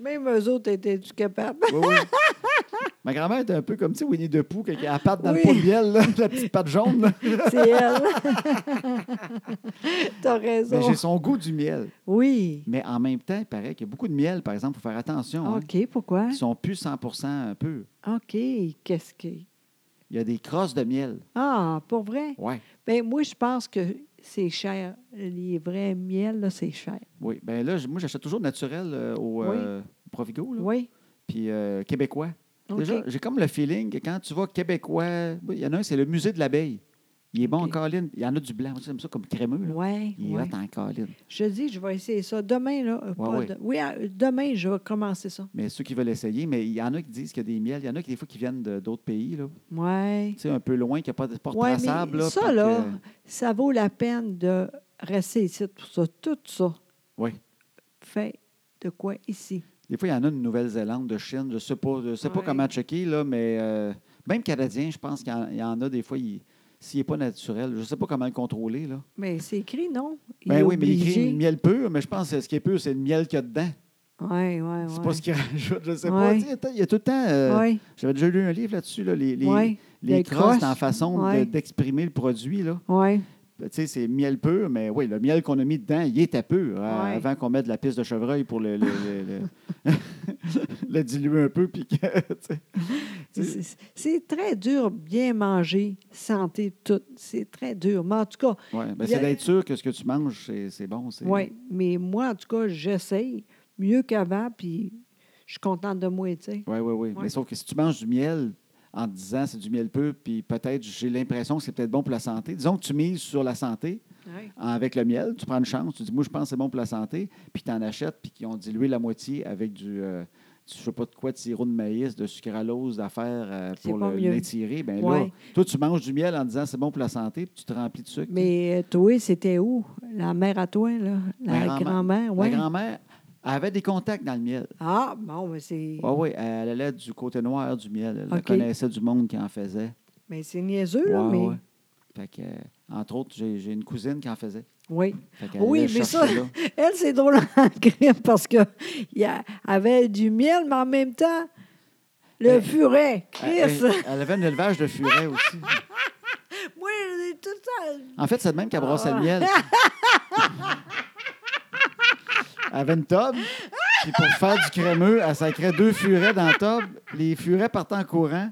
S2: Même eux autres étaient du capable.
S1: Oui, oui. Ma grand-mère était un peu comme, tu sais, Winnie the Pooh, quand elle a patte dans
S2: Oui.
S1: le pot de miel, là, la petite patte jaune. là.
S2: C'est elle. T'as
S1: Mais
S2: raison.
S1: Ben, j'ai son goût du miel.
S2: Oui.
S1: Mais en même temps, il paraît qu'il y a beaucoup de miel, par exemple, il faut faire attention. hein.
S2: OK, pourquoi?
S1: Ils sont plus 100 euh, purs.
S2: OK, qu'est-ce que...
S1: Il y a des crosses de miel.
S2: Ah, pour vrai?
S1: Ouais.
S2: Ben moi, je pense que c'est cher. Les vrais miels, là, c'est cher.
S1: Oui. Ben là, j- moi, j'achète toujours naturel euh, au
S2: Oui.
S1: euh, Provigo, là.
S2: Oui.
S1: puis euh, québécois.
S2: OK.
S1: Déjà, j'ai comme le feeling que quand tu vas québécois, oui, il y en a un, c'est le musée de l'abeille. Il est bon
S2: OK.
S1: en colline. Il y en a du blanc. Moi, j'aime ça comme crémeux. Là.
S2: Oui,
S1: Il est hot en colline.
S2: Je dis, je vais essayer ça. Demain, là. euh, pas
S1: ouais.
S2: de- Oui, à- demain, je vais commencer ça.
S1: Mais ceux qui veulent essayer, mais il y en a qui disent qu'il y a des miels, il y en a qui des fois qui viennent de- d'autres pays, là.
S2: Oui.
S1: Tu sais, un peu loin, qu'il n'y a pas de porte
S2: Ouais, mais
S1: traçable. là,
S2: ça,
S1: puis que-
S2: là, ça vaut la peine de rester ici pour ça. Tout ça
S1: Oui.
S2: fait de quoi ici?
S1: Des fois, il y en a de Nouvelle-Zélande, de Chine, je ne sais pas, je sais pas
S2: Ouais.
S1: comment checker, là, mais euh, même Canadien, je pense qu'il y en- il y en a des fois, il- s'il n'est pas naturel, je ne sais pas comment le contrôler. Là.
S2: Mais c'est écrit, non?
S1: Ben oui, mais il écrit miel pur, mais je pense que ce qui est pur, c'est le miel qu'il y a dedans.
S2: Oui, oui, oui.
S1: C'est pas ce qu'il rajoute, je ne sais
S2: Ouais.
S1: pas. Tu sais, Il y a tout le temps. euh,
S2: Oui,
S1: J'avais déjà lu un livre là-dessus, là, les, les,
S2: oui,
S1: les
S2: les
S1: crosses
S2: crosses.
S1: en façon de-
S2: Ouais.
S1: d'exprimer le produit. Là.
S2: oui.
S1: Tu sais, c'est miel pur, mais oui, le miel qu'on a mis dedans, il était pur hein,
S2: Ouais.
S1: avant qu'on mette de la piste de chevreuil pour le, le- le- le- le diluer un peu. Puis que, tu sais.
S2: C'est- c'est- C'est très dur, bien manger, santé, tout. C'est très dur. Mais en tout cas,
S1: Ouais, ben,
S2: Il y a-
S1: c'est d'être sûr que ce que tu manges, c'est- c'est bon. c'est-
S2: oui. Mais moi, en tout cas, j'essaye mieux qu'avant, puis je suis contente de moi, tu sais.
S1: Oui, oui, oui.
S2: Ouais.
S1: Mais sauf que si tu manges du miel en te disant c'est du miel peu, puis peut-être j'ai l'impression que c'est peut-être bon pour la santé. Disons que tu mises sur la santé
S2: Ouais.
S1: avec le miel, tu prends une chance, tu dis moi je pense que c'est bon pour la santé, puis tu en achètes, puis qu'ils ont dilué la moitié avec du. euh, je sais pas de quoi, de sirop de maïs, de sucralose à faire euh,
S2: C'est
S1: pour
S2: pas
S1: le-
S2: mieux.
S1: l'étirer. Ben là,
S2: Ouais.
S1: toi, tu manges du miel en disant c'est bon pour la santé, puis tu te remplis de sucre.
S2: Mais euh, toi, c'était où? La mère à toi, là? La
S1: Ma grand-mère-
S2: grand-mère, oui.
S1: Ma grand-mère avait des contacts dans le miel.
S2: Ah, bon, mais c'est...
S1: Oui, oui, elle allait du côté noir du miel. Elle
S2: OK.
S1: connaissait du monde qui en faisait.
S2: Mais c'est niaiseux,
S1: Oui,
S2: là, mais...
S1: Fait que, euh, entre autres, j'ai j'ai une cousine qui en faisait.
S2: Oui.
S1: Fait qu'elle
S2: Oui,
S1: allait
S2: mais
S1: chercher
S2: ça,
S1: là.
S2: elle, c'est drôle en crime parce que il y a- avait du miel, mais en même temps, le
S1: Ben,
S2: furet.
S1: Elle,
S2: Chris!
S1: elle- elle avait un élevage de furets aussi.
S2: Moi, j'ai tout ça.
S1: En fait, c'est de même qu'elle brassait
S2: Ah.
S1: le miel. elle avait une table, puis pour faire du crémeux, elle sacrait deux furets dans la table. Les furets partaient en courant.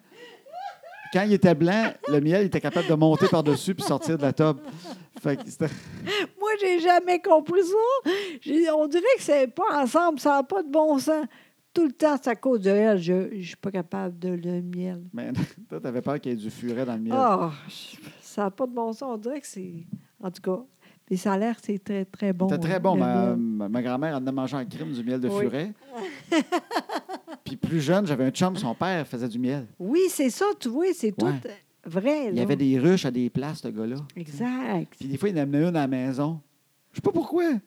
S1: Quand il était blanc, le miel il était capable de monter par-dessus puis sortir de la table. Fait que c'était-
S2: Moi, j'ai jamais compris ça. J'ai- On dirait que c'est pas ensemble, ça n'a pas de bon sens. Tout le temps, c'est à cause de elle. Je ne suis pas capable de le miel.
S1: Mais toi, t'avais peur qu'il y ait du furet dans le miel.
S2: Ah, je- ça n'a pas de bon sens. On dirait que c'est. En tout cas, mais ça a l'air que c'est très, très bon.
S1: C'était
S2: hein,
S1: très bon.
S2: le
S1: Ma,
S2: miel.
S1: ma- ma grand-mère en a mangé en crime du miel de
S2: Oui.
S1: furet. Puis plus jeune, j'avais un chum, son père faisait du miel.
S2: Oui, c'est ça, tu vois, c'est
S1: Ouais.
S2: tout vrai.
S1: Il y
S2: là.
S1: avait des ruches à des places, ce gars-là.
S2: Exact.
S1: Puis des fois, il en amenait une à la maison. Je sais pas pourquoi. Une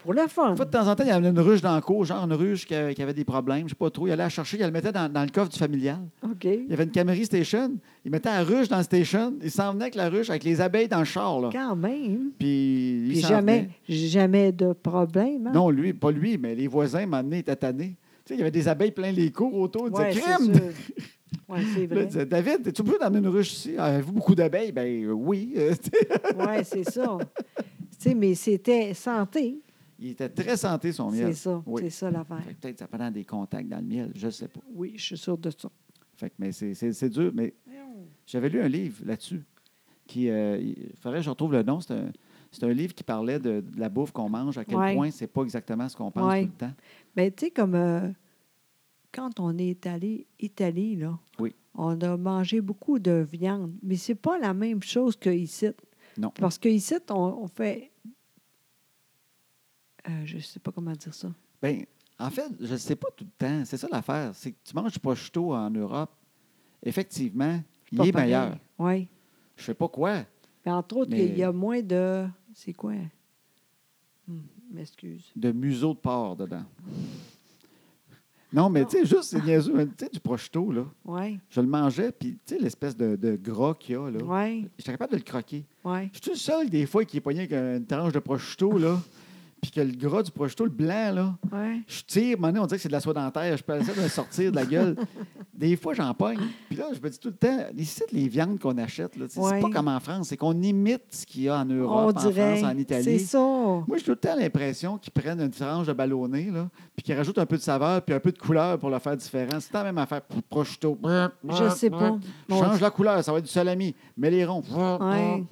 S2: Pour le fun.
S1: fois, de temps en temps, il amenait une ruche dans le cours, genre une ruche qui a- qui avait, des problèmes, je sais pas trop. Il allait la chercher, il la mettait dans, dans le coffre du familial.
S2: OK.
S1: Il y avait une Camry Station. Il mettait la ruche dans le station. Il s'en venait avec la ruche, avec les abeilles dans le char. Là.
S2: Quand même.
S1: Puis, il
S2: Puis
S1: s'en
S2: jamais,
S1: venait.
S2: jamais de problème. hein?
S1: Non, lui, pas lui, mais les voisins, à un moment donné, étaient tannés. Tu sais, il y avait des abeilles plein les cours autour. Ils
S2: Ouais,
S1: disaient,
S2: c'est
S1: crème!
S2: sûr. Ouais, c'est
S1: Là, il
S2: vrai.
S1: disait, David, es-tu obligé d'emmener une ruche ici? Ah, Avez-vous beaucoup d'abeilles? Ben euh, oui. Euh,
S2: Oui, c'est ça. Tu sais, mais c'était santé.
S1: il était très santé, son miel.
S2: C'est ça.
S1: Oui.
S2: C'est ça l'affaire.
S1: Fait que Peut-être ça prend des contacts dans le miel, je ne sais pas.
S2: Oui, je suis sûre de ça.
S1: Fait que, mais c'est- c'est c'est dur. Mais j'avais lu un livre là-dessus. Qui, euh, il faudrait que je retrouve le nom. C'est un, c'est un livre qui parlait de, de la bouffe qu'on mange, à quel
S2: Ouais.
S1: point c'est pas exactement ce qu'on pense
S2: Ouais.
S1: tout le temps.
S2: Mais tu sais, comme euh, quand on est allé Italie, là,
S1: Oui.
S2: on a mangé beaucoup de viande, mais c'est pas la même chose qu'ici.
S1: Non.
S2: Parce qu'ici, on, on fait. Euh, je sais pas comment dire ça.
S1: Ben, en fait, je ne sais pas tout le temps. C'est ça l'affaire. C'est que tu manges du prosciutto en Europe. Effectivement, il est meilleur.
S2: Oui.
S1: Je sais pas quoi.
S2: Mais entre autres, il
S1: Mais-
S2: y a moins de. C'est quoi? Hum, M'excuse.
S1: de museau de porc dedans. Non, mais tu sais, juste, c'est niaiseux. hein. Tu sais, du prosciutto, là.
S2: Oui.
S1: Je le mangeais, puis tu sais, l'espèce de, de gras qu'il y a, là.
S2: Oui.
S1: J'étais capable de le croquer.
S2: Oui.
S1: Je suis le seul, des fois, qui est pogné avec une tranche de prosciutto, là, puis que le gras du prosciutto, le blanc, là,
S2: Oui.
S1: je tire, mon on dirait que c'est de la soie dentaire, je peux essayer de le sortir de la gueule. Des fois, j'en pogne. Puis là, je me dis tout le temps, ici, les viandes qu'on achète, là, tu sais,
S2: Ouais.
S1: c'est pas comme en France, c'est qu'on imite ce qu'il y a en
S2: On
S1: Europe, en
S2: dirait.
S1: France, en
S2: C'est
S1: Italie.
S2: ça.
S1: Moi, j'ai tout le temps l'impression qu'ils prennent une tranche de ballonné, là, puis qu'ils rajoutent un peu de saveur, puis un peu de couleur pour le faire différent. C'est la même affaire. Pff, Prosciutto.
S2: Je sais pas. Bon,
S1: Change la couleur, ça va être du salami. Mets les ronds.
S2: Ouais.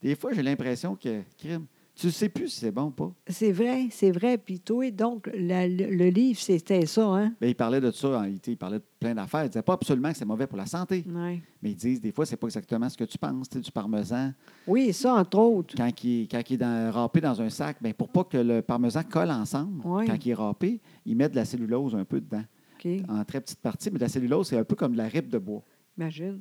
S1: Des fois, j'ai l'impression que, crime, tu sais plus si c'est bon ou pas.
S2: C'est vrai, c'est vrai. Puis toi, donc, la- le, le livre, c'était ça, hein?
S1: Ben, il parlait de ça, en réalité, il parlait de plein d'affaires. Il disait pas absolument que c'est mauvais pour la santé,
S2: Oui.
S1: mais ils disent des fois, c'est pas exactement ce que tu penses. Tu sais, du parmesan,
S2: Oui, ça, entre autres.
S1: quand il, quand il est dans- râpé dans un sac, ben, pour pas que le parmesan colle ensemble,
S2: Ouais.
S1: quand il est râpé, ils mettent de la cellulose un peu dedans.
S2: OK,
S1: en très petite partie, mais la cellulose, c'est un peu comme de la ribe de bois.
S2: imagine.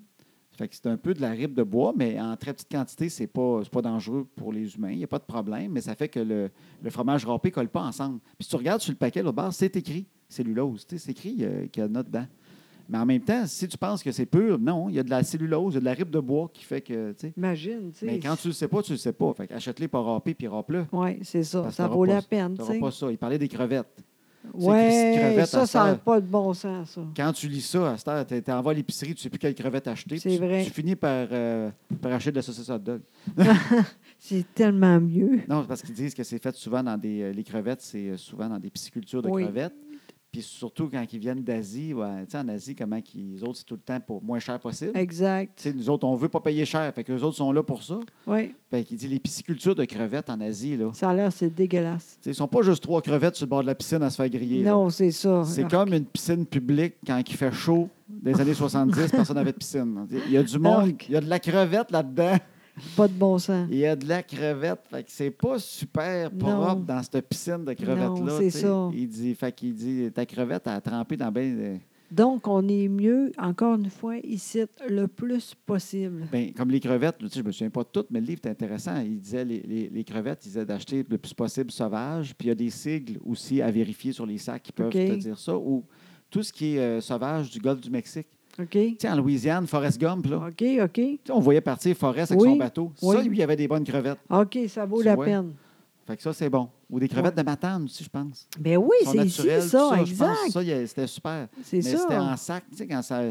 S1: Fait que c'est un peu de la ribe de bois, mais en très petite quantité, c'est pas, c'est pas dangereux pour les humains. Il n'y a pas de problème, mais ça fait que le, le fromage râpé ne colle pas ensemble. Puis si tu regardes sur le paquet, là, au bas, c'est écrit cellulose. Tu sais, C'est écrit euh, qu'il y en a dedans. Mais en même temps, si tu penses que c'est pur, non, il y a de la cellulose, il y a de la ribe de bois qui fait que. tu sais.
S2: Imagine, tu sais.
S1: Mais quand tu le sais pas, tu le sais pas. Fait achète-les pas râpés puis râpe-le.
S2: Oui, c'est ça.
S1: Parce que
S2: Ça
S1: t'auras
S2: vaut la
S1: Ben, pas-
S2: peine, tu
S1: T'auras
S2: sais.
S1: pas ça. Il parlait des crevettes.
S2: Oui,
S1: crevettes à
S2: ça,
S1: cette heure.
S2: ça n'a pas de bon sens, ça.
S1: Quand tu lis ça, à cette heure, tu envoies à l'épicerie, tu sais plus quelle crevette acheter.
S2: C'est
S1: puis tu-
S2: vrai.
S1: Tu finis par, euh, par acheter de la saucisse hot dog.
S2: C'est tellement mieux.
S1: Non, c'est parce qu'ils disent que c'est fait souvent dans des. euh, les crevettes, c'est euh, souvent dans des piscicultures de
S2: Oui.
S1: crevettes. Puis surtout quand ils viennent d'Asie, ouais, tu sais, en Asie, comment qu'ils, les autres, c'est tout le temps pour moins cher possible. Tu
S2: Exact.
S1: sais, nous autres, on veut pas payer cher. Fait que les autres sont là pour ça.
S2: Oui,
S1: Fait qu'il dit les piscicultures de crevettes en Asie, là. tu
S2: ça a l'air, c'est dégueulasse.
S1: sais, Ils sont pas juste trois crevettes sur le bord de la piscine à se faire griller. là.
S2: Non, c'est ça.
S1: C'est
S2: Alors,
S1: comme une piscine publique quand il fait chaud. Des années 70, personne n'avait de piscine. Il y a du monde,
S2: Alors que-
S1: il y a de la crevette là-dedans.
S2: Pas de bon sens.
S1: Il y a de la crevette. Fait que c'est pas super
S2: Non.
S1: propre dans cette piscine de crevettes-là.
S2: Non, c'est
S1: tu sais.
S2: ça.
S1: Il dit, fait qu'il dit, ta crevette a trempé dans ben, des-
S2: Donc, on est mieux, encore une fois, ici, le plus possible.
S1: ben, comme les crevettes, tu sais, je me souviens pas de toutes, mais le livre est intéressant. Il disait, les, les- les crevettes, ils disaient d'acheter le plus possible sauvage. Puis il y a des sigles aussi à vérifier sur les sacs qui peuvent
S2: OK.
S1: te dire ça. Ou tout ce qui est euh, sauvage du golfe du Mexique.
S2: OK?
S1: Tu sais, en Louisiane, Forrest Gump, là.
S2: OK, OK.
S1: Tu sais, on voyait partir Forest avec
S2: Oui,
S1: son bateau. Ça,
S2: oui.
S1: lui, il y avait des bonnes crevettes.
S2: OK, ça vaut
S1: Tu
S2: la
S1: vois?
S2: peine.
S1: Fait que ça, c'est bon. Ou des crevettes de Matane aussi, je pense.
S2: Ben oui,
S1: Sont
S2: c'est ici,
S1: naturelles,
S2: ça,
S1: tout Je pense que
S2: exact.
S1: ça, il y a- c'était super.
S2: C'est
S1: Mais
S2: ça.
S1: c'était en sac, tu sais, quand, ça,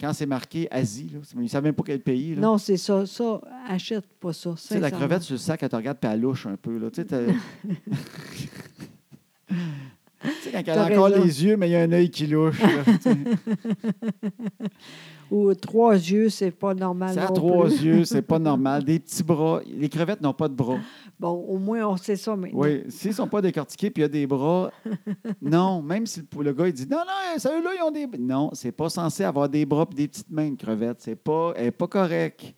S1: quand c'est marqué Asie, là. Ils ne savent même pas quel pays. Là.
S2: Non, c'est ça. Ça, achète pas ça.
S1: Tu sais, la
S2: sincèrement.
S1: crevette sur le sac, elle te regarde puis elle louche un peu. Là. Tu sais, t'as- Tu sais, quand elle a
S2: T'as
S1: encore
S2: raison.
S1: les yeux, mais il y a un œil qui louche. là, tu sais.
S2: Ou trois yeux, c'est pas normal.
S1: ça a
S2: non
S1: trois
S2: plus.
S1: yeux, c'est pas normal. Des petits bras. Les crevettes n'ont pas de bras.
S2: Bon, au moins, on sait ça maintenant.
S1: Oui, s'ils ne sont pas décortiqués puis il y a des bras, non, même si le, pou- le gars il dit non, non, ça eux là, ils ont des. Non, c'est pas censé avoir des bras et des petites mains, une crevette. C'est pas, elle n'est pas correcte.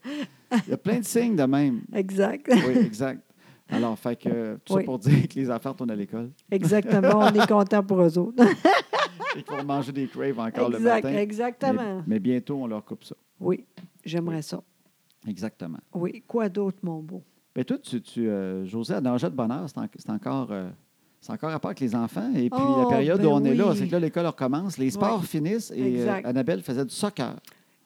S1: Il y a plein de signes de même.
S2: Exact.
S1: Oui, exact. Alors, fait que euh, tout
S2: Oui.
S1: ça pour dire que les affaires tournent à l'école
S2: Exactement. On est content pour eux autres.
S1: et qu'ils vont manger des craves encore le
S2: exact,
S1: matin. Mais-
S2: exactement.
S1: Mais, bientôt, on leur coupe ça.
S2: Oui, j'aimerais ça.
S1: Exactement.
S2: Oui. Quoi d'autre, mon beau?
S1: Mais Ben, toi, tu, tu, euh, José, à Danger de Bonheur, c'est en- c'est encore. euh, c'est encore à part avec les enfants. Et puis, la
S2: Oh,
S1: période
S2: ben
S1: où on est là,
S2: oui.
S1: c'est que là, l'école recommence, les sports finissent et euh,
S2: Exact.
S1: Annabelle faisait du soccer.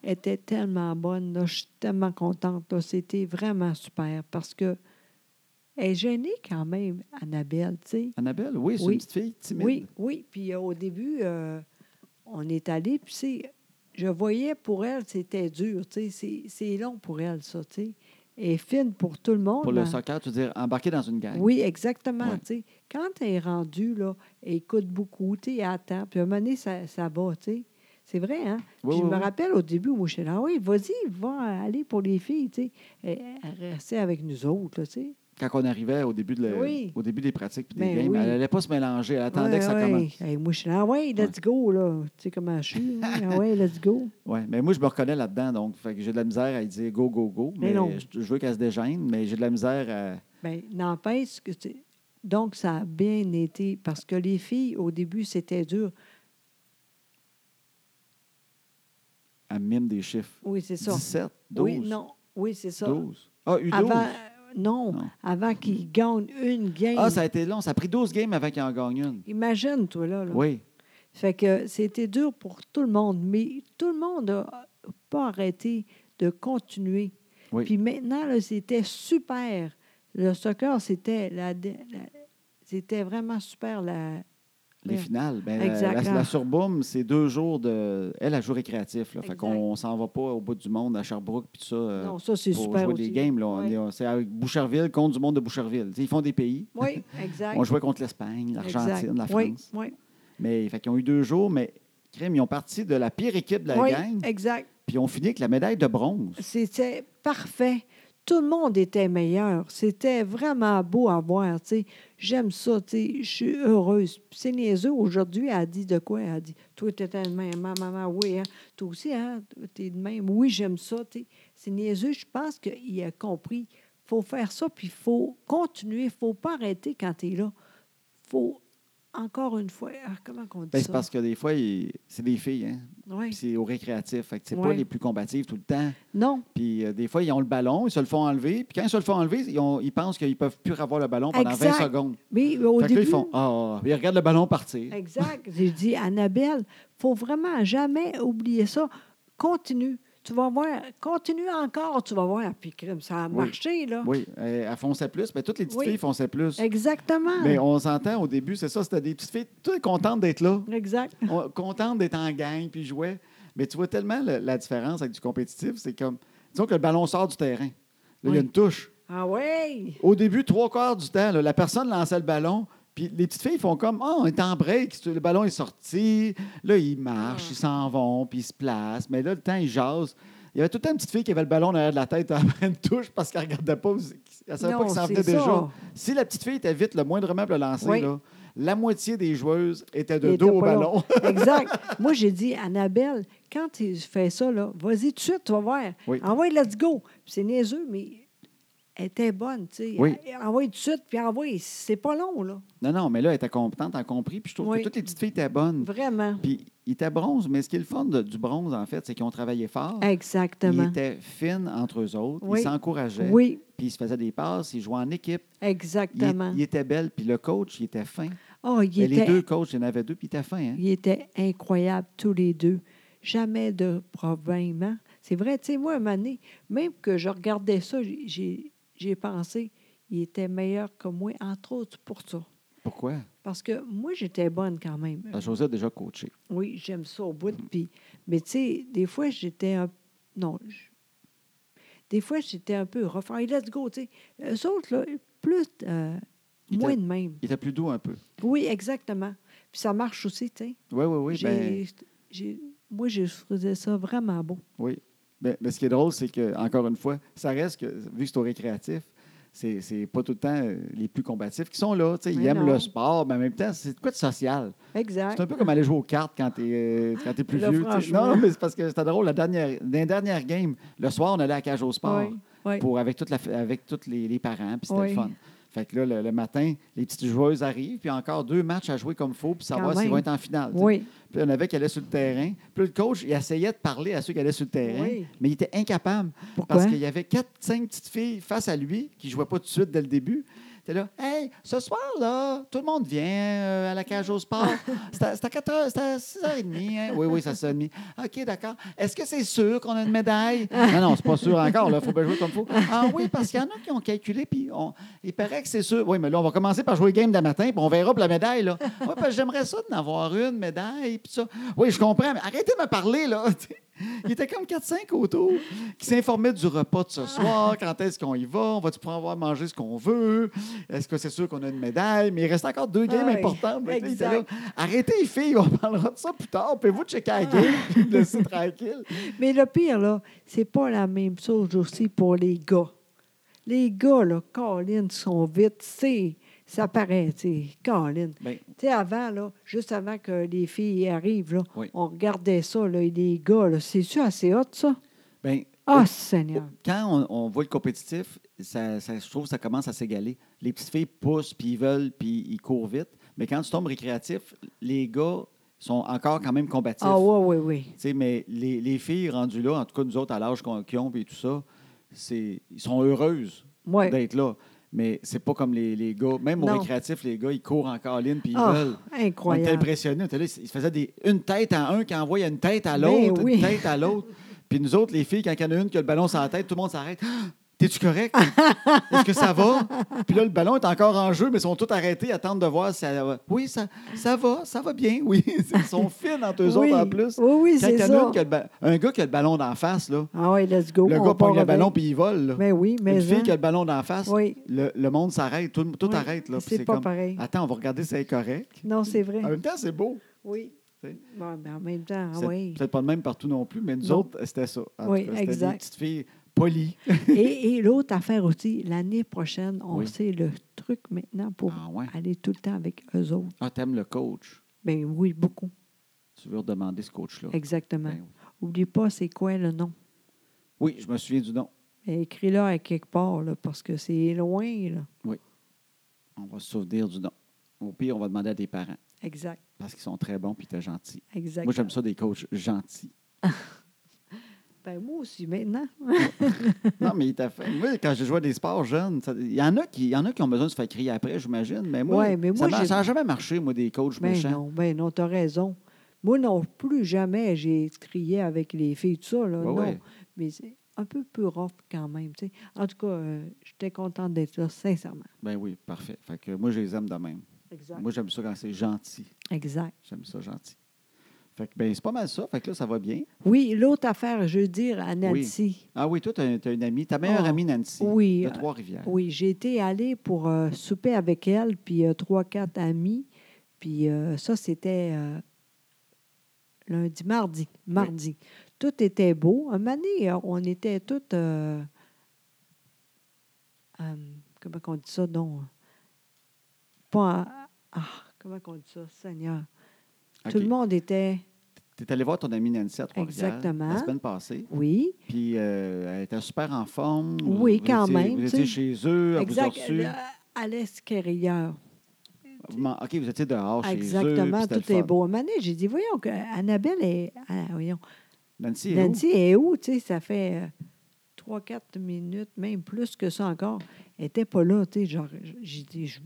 S2: Elle était tellement bonne. là. Je suis tellement contente. là. C'était vraiment super parce que elle est gênée quand même, Annabelle, tu sais.
S1: Annabelle, oui, c'est
S2: Oui.
S1: une petite fille timide.
S2: Oui, oui. Puis euh, au début, euh, on est allé, puis c'est- je voyais pour elle, c'était dur, tu sais, c'est- c'est long pour elle, ça, tu sais. Elle est fine pour tout le monde. hein.
S1: Pour le
S2: mais-
S1: soccer, tu veux dire embarquer dans une gang.
S2: Ah. Oui, exactement,
S1: Hein? Ouais.
S2: tu sais. Quand elle est rendue, là, elle écoute beaucoup, tu sais, elle attend, puis à un moment donné, ça, ça va, tu sais. C'est vrai, hein?
S1: Oui,
S2: Puis je
S1: oui,
S2: me
S1: oui.
S2: rappelle au début, moi, je suis là, ah oui, vas-y, va aller pour les filles, tu sais. Elle, elle restait avec nous autres, là, tu sais.
S1: Quand on arrivait au début, de le-
S2: Oui.
S1: au début des pratiques puis des
S2: Ben
S1: games,
S2: oui.
S1: elle n'allait pas se mélanger. Elle attendait
S2: Ouais,
S1: que ça
S2: ouais.
S1: commence.
S2: Hey, moi, je suis là, ah oui, let's go, là. Tu sais comment je suis, hein? ah oui, let's go.
S1: Ouais. Mais moi, je me reconnais là-dedans. Donc, fait que j'ai de la misère à lui dire go, go, go.
S2: Mais
S1: Mais,
S2: non.
S1: je, je veux qu'elle se dégêne, mais j'ai de la misère à.
S2: Bien, Ben, n'empêche que. c'est- Donc, ça a bien été. Parce que les filles, au début, c'était dur.
S1: Elle mime des chiffres.
S2: Oui, c'est ça.
S1: 17, 12.
S2: Oui, non. Oui, c'est ça.
S1: 12. Ah, eu 12.
S2: Avant, euh, non,
S1: Non.
S2: avant qu'ils gagnent une game.
S1: Ah, ça a été long. Ça a pris 12 games avant qu'il en gagne une.
S2: Imagine-toi là. là.
S1: Oui.
S2: Fait que c'était dur pour tout le monde, mais tout le monde n'a pas arrêté de continuer.
S1: Oui.
S2: Puis maintenant, là, c'était super. Le soccer, c'était la, dé- la- c'était vraiment super. La,
S1: Les
S2: Ouais.
S1: finales. Ben,
S2: Exact.
S1: La, la,
S2: Ah.
S1: la surboom, c'est deux jours de. Elle, a jour récréatif. Là. Fait
S2: Exact.
S1: qu'on s'en va pas au bout du monde à Sherbrooke puis tout ça. euh,
S2: non, ça, c'est
S1: pour
S2: super
S1: jouer
S2: aussi.
S1: des games. là. On
S2: Ouais.
S1: est- on- C'est avec Boucherville contre du monde de Boucherville. T'sais, ils font des pays.
S2: Oui, exact.
S1: On jouait contre l'Espagne, l'Argentine, la
S2: Exact.
S1: France.
S2: Oui, oui.
S1: Mais fait qu'ils ont eu deux jours, mais crème, ils ont parti de la pire équipe de la
S2: oui,
S1: gang,
S2: exact.
S1: puis ils ont fini avec la médaille de bronze.
S2: C'était parfait. Tout le monde était meilleur. C'était vraiment beau à voir. tu sais. J'aime ça. tu sais. Je suis heureuse. Puis C'est niaiseux. Aujourd'hui, elle a dit de quoi? Elle a dit Toi, t'es de même. Maman, maman, oui. Hein? Toi aussi, hein? t'es de même. Oui, j'aime ça. tu sais. C'est niaiseux. Je pense qu'il a compris. faut faire ça, puis il faut continuer. faut pas arrêter quand tu es là. faut encore une fois. ah, comment on dit
S1: Ben, c'est
S2: ça?
S1: parce que des fois, ils- c'est des filles, hein?
S2: Ouais.
S1: Puis c'est au récréatif. Fait que c'est pas
S2: Ouais.
S1: les plus combatives tout le temps.
S2: Non.
S1: Puis euh, des fois, ils ont le ballon, ils se le font enlever. Puis quand ils se le font enlever, ils, ont- ils pensent qu'ils peuvent plus avoir le ballon pendant
S2: Exact.
S1: 20 secondes.
S2: Mais au
S1: fait que
S2: début.
S1: là, ils font Ah, ils regardent le ballon partir.
S2: Exact. J'ai dit, Annabelle, faut vraiment jamais oublier ça. Continue. tu vas voir, continue encore, tu vas voir. Puis crime, ça a
S1: Oui.
S2: marché, là.
S1: Oui, elle, elle fonçait plus. Mais toutes les petites
S2: Oui.
S1: filles fonçaient plus.
S2: Exactement.
S1: Mais on s'entend au début, c'est ça, c'était des petites filles toutes contentes d'être là,
S2: Exact.
S1: on- contentes d'être en gang, puis jouer. Mais tu vois tellement le- la différence avec du compétitif, c'est comme, disons que le ballon sort du terrain. Là, il y
S2: Oui.
S1: a une touche.
S2: Ah oui!
S1: Au début, trois quarts du temps, là, la personne lançait le ballon, puis les petites filles font comme Oh, on est en break, le ballon est sorti. Là, ils marchent,
S2: Ah.
S1: ils s'en vont, puis ils se placent. Mais là, le temps, ils jasent. Il y avait tout le temps une petite fille qui avait le ballon derrière de la tête après une touche parce qu'elle ne regardait pas. où- Elle ne savait pas
S2: Non,
S1: que ça en
S2: c'est
S1: venait
S2: ça.
S1: déjà. Si la petite fille était vite, le moindrement pour le lancer,
S2: Oui.
S1: là, la moitié des joueuses étaient
S2: Il
S1: de
S2: était
S1: dos au
S2: pas là.
S1: ballon.
S2: Exact. Moi, j'ai dit, Annabelle, quand tu fais ça, là, vas-y tout de suite, tu vas voir.
S1: Oui.
S2: Envoie, let's go. Puis c'est niaiseux, mais elle était bonne, tu sais.
S1: Oui.
S2: Envoie tout de suite, puis envoie. C'est pas long, là.
S1: non, non, mais là, elle était compétente, elle a compris. Puis je trouve
S2: Oui.
S1: que toutes les petites filles étaient bonnes.
S2: Vraiment.
S1: Puis ils étaient bronze, mais ce qui est le fun de- du bronze, en fait, c'est qu'ils ont travaillé fort. Ils
S2: Exactement.
S1: étaient fines entre eux autres.
S2: Oui.
S1: Ils s'encourageaient.
S2: Oui,
S1: Puis ils se faisaient des passes. Ils jouaient en équipe. Ils,
S2: exactement.
S1: ils étaient belles. Puis le coach, il était fin.
S2: oh, il
S1: Mais
S2: était,
S1: Les deux coachs, il y en avait deux, puis il était fin. hein?
S2: il était incroyable, tous les deux. Jamais de problème. hein. C'est vrai, tu sais, moi, à un moment donné, même que je regardais ça, j'ai- j'ai j'ai pensé, il était meilleur que moi, entre autres pour ça.
S1: Pourquoi?
S2: Parce que moi, j'étais bonne quand même.
S1: La chose a déjà coaché.
S2: Oui, j'aime ça au bout. Puis, mais tu sais, des fois, j'étais un... Non, je- des fois, j'étais un peu rough. Allez, let's go, tu sais. Eux autres, là, plus... euh,
S1: Ils
S2: moins
S1: t'a-
S2: de même.
S1: Il était plus doux un peu.
S2: Oui, exactement. Puis ça marche aussi, tu sais.
S1: Oui, oui, oui. ben,
S2: J'ai- j'ai- Moi, je faisais ça vraiment beau.
S1: oui. Ben, ben, ce qui est drôle, c'est que, encore une fois, ça reste que, vu que c'est au récréatif, c'est c'est pas tout le temps euh, les plus combatifs qui sont là. tu sais. Ils
S2: Mais
S1: aiment
S2: non.
S1: le sport, mais en même temps, c'est de quoi de social?
S2: Exact.
S1: C'est un peu comme aller jouer aux cartes quand t'es euh, quand t'es plus
S2: Là,
S1: vieux. tu sais.
S2: franchement.
S1: Non, non, mais c'est parce que c'était drôle. La dernière, dans les dernières games, le soir, on allait à la cage au sport
S2: Oui, oui.
S1: pour, avec tous avec toutes les, les parents, puis c'était
S2: Oui.
S1: le fun. Fait que là, le, le matin, les petites joueuses arrivent, puis encore deux matchs à jouer comme il faut, puis savoir
S2: Quand
S1: s'ils vont
S2: même.
S1: être en finale. tu sais.
S2: Oui,
S1: Puis là, on avait qui allait sur le terrain. Puis là, le coach, il essayait de parler à ceux qui allaient sur le terrain,
S2: Oui.
S1: mais il était incapable.
S2: Pourquoi?
S1: Parce qu'il y avait quatre, cinq petites filles face à lui qui ne jouaient pas tout de suite dès le début. T'es là, hey, ce soir-là, tout le monde vient euh, à la cage au sport. C'est à, c'est à 4 heures, c'est à 6h30. hein? Oui, oui, c'est à 6h30. OK, d'accord. Est-ce que c'est sûr qu'on a une médaille? Non, non, c'est pas sûr encore. Il faut bien jouer comme il faut. Ah oui, parce qu'il y en a qui ont calculé, puis on... il paraît que c'est sûr. Oui, mais là, on va commencer par jouer game de matin, puis on verra pour la médaille. Là. Oui, parce que j'aimerais ça d'en avoir une médaille, puis ça. Oui, je comprends, mais arrêtez de me parler, là. Il était comme 4-5 autour qui s'informaient du repas de
S2: Ah.
S1: ce soir. Quand est-ce qu'on y va? On va-tu pouvoir manger ce qu'on veut? Est-ce que c'est sûr qu'on a une médaille? Mais il reste encore deux games
S2: Ah oui,
S1: importantes. Mais tu sais, il était là,
S2: exact.
S1: Arrêtez les filles, on parlera de ça plus tard. Pouvez-vous checker la game
S2: Ah.
S1: et me laisser tranquille?
S2: Mais le pire, là, c'est pas la même chose aussi pour les gars. Les gars, là, Colin, sont vite, c'est. Ça paraît, tu sais, Colin.
S1: Ben,
S2: Tu sais, avant, là, juste avant que les filles y arrivent, là,
S1: Oui.
S2: on regardait ça, là, et les gars, là, c'est-tu assez hot, ça?
S1: ben,
S2: Ah, Seigneur!
S1: quand on, on voit le compétitif, ça, ça- je trouve que ça commence à s'égaler. Les petites filles poussent, puis ils veulent, puis ils courent vite. Mais quand tu tombes récréatif, les gars sont encore quand même combatifs.
S2: Ah, oui, oui, oui.
S1: Tu sais, mais les, les filles rendues là, en tout cas nous autres à l'âge qu'on- qu'ils ont et tout ça, c'est ils sont heureuses
S2: Ouais.
S1: d'être là. Mais c'est pas comme les, les gars. Même
S2: Non.
S1: au récréatif, les gars, ils courent en colline puis ils
S2: Ah,
S1: veulent. On était
S2: incroyable.
S1: impressionnés. On était là, ils se faisaient des, une tête à un qui envoie une tête à
S2: Ben
S1: l'autre,
S2: oui.
S1: une tête à l'autre. Puis nous autres, les filles, quand il y en a une qui a le ballon sur la tête, tout le monde s'arrête. Ah, T'es-tu correct? Est-ce que ça va? Puis là, le ballon est encore en jeu, mais ils sont tous arrêtés, attendent de voir si ça va. Oui, ça, ça va, ça va bien. Oui, ils sont fines entre eux
S2: oui.
S1: autres en plus.
S2: Oui, oui,
S1: Quand il
S2: c'est
S1: y en a
S2: ça.
S1: une qui a le ba- un gars qui a le ballon d'en face, là,
S2: Ah, oui, let's go.
S1: le
S2: on
S1: gars
S2: part
S1: pogne le ballon
S2: avec.
S1: puis il vole. là.
S2: Ben oui, mais.
S1: Une fille
S2: hein,
S1: qui a le ballon d'en face,
S2: Oui,
S1: le, le monde s'arrête, tout, tout
S2: Oui,
S1: arrête. là, puis
S2: c'est
S1: c'est
S2: pas
S1: comme,
S2: pareil.
S1: Attends, on va regarder si c'est correct.
S2: non, c'est vrai.
S1: En même temps, c'est beau.
S2: Oui.
S1: Tu sais.
S2: Bon, ben, en même temps, ah
S1: C'est
S2: oui.
S1: peut-être pas le même partout non plus, mais nous
S2: Non.
S1: autres, c'était ça. En tout
S2: Oui,
S1: cas, c'était
S2: exact. Oh.
S1: des petites filles polies.
S2: Et, et l'autre affaire aussi, l'année prochaine, on
S1: Oui.
S2: sait le truc maintenant pour
S1: Ah ouais.
S2: aller tout le temps avec eux autres.
S1: Ah, t'aimes le coach.
S2: Ben oui, beaucoup.
S1: Tu veux redemander ce coach-là.
S2: Exactement.
S1: Ben oui.
S2: Oublie pas c'est quoi le nom.
S1: oui, je me souviens du nom.
S2: Ben, Écris-le à quelque part, là, parce que c'est loin, là.
S1: On va se souvenir du nom. Au pire, on va demander à tes parents
S2: Exact,
S1: parce qu'ils sont très bons puis t'es gentil.
S2: exact.
S1: Moi, j'aime ça des coachs gentils.
S2: Ben, moi aussi, maintenant.
S1: Non, mais il t'a fait. Moi, quand j'ai joué à des sports jeunes, ça- il y, en a qui, il y en a qui ont besoin de se faire crier après, j'imagine. Mais moi,
S2: Ouais, mais moi,
S1: ça
S2: j'ai-
S1: n'a jamais marché, moi, des coachs
S2: Ben
S1: méchants.
S2: non, ben non, t'as raison. Moi non plus, jamais j'ai crié avec les filles, tout ça, là,
S1: Ouais,
S2: non.
S1: ouais.
S2: mais c'est un peu plus rough quand même. tu sais. En tout cas, euh, j'étais contente d'être là, sincèrement.
S1: Ben oui, parfait. Fait que moi, je les aime de même.
S2: Exact.
S1: Moi, j'aime ça quand c'est gentil.
S2: Exact.
S1: J'aime ça gentil. Fait que, ben, c'est pas mal ça. Fait que là, ça va bien.
S2: Oui, l'autre affaire, je veux dire, à Nancy.
S1: Ah oui, toi, tu as, une amie, ta meilleure
S2: Oh.
S1: amie, Nancy,
S2: Oui,
S1: de
S2: euh,
S1: Trois-Rivières.
S2: Oui, j'ai été allée pour euh, souper avec elle, puis euh, trois, quatre amis. Puis euh, ça, c'était euh, lundi, mardi, mardi. Tout était beau. Un moment donné, euh, on était toutes... euh, euh, comment on dit ça, donc? Pas... en- ah, comment on dit ça, Seigneur? Tout le monde était...
S1: Tu es allé voir ton amie Nancy à Trois-Rivières
S2: Exactement.
S1: la semaine passée.
S2: Oui,
S1: Puis euh, elle était super en forme.
S2: Oui,
S1: Vous
S2: quand
S1: étiez-
S2: même,
S1: Vous
S2: tu
S1: étiez
S2: sais.
S1: chez eux, elle
S2: exact.
S1: vous a reçu.
S2: euh, À l'extérieur.
S1: Vous man- OK, vous étiez dehors chez eux. puis
S2: Exactement,
S1: c'était le
S2: tout est
S1: fun.
S2: beau. À un moment donné, j'ai dit, voyons, que Annabelle est. ah, voyons,
S1: Nancy, est où?
S2: Nancy est où? Tu sais, ça fait euh, trois, quatre minutes, même plus que ça encore. Elle n'était pas là. Tu sais, genre, j'ai dit, je-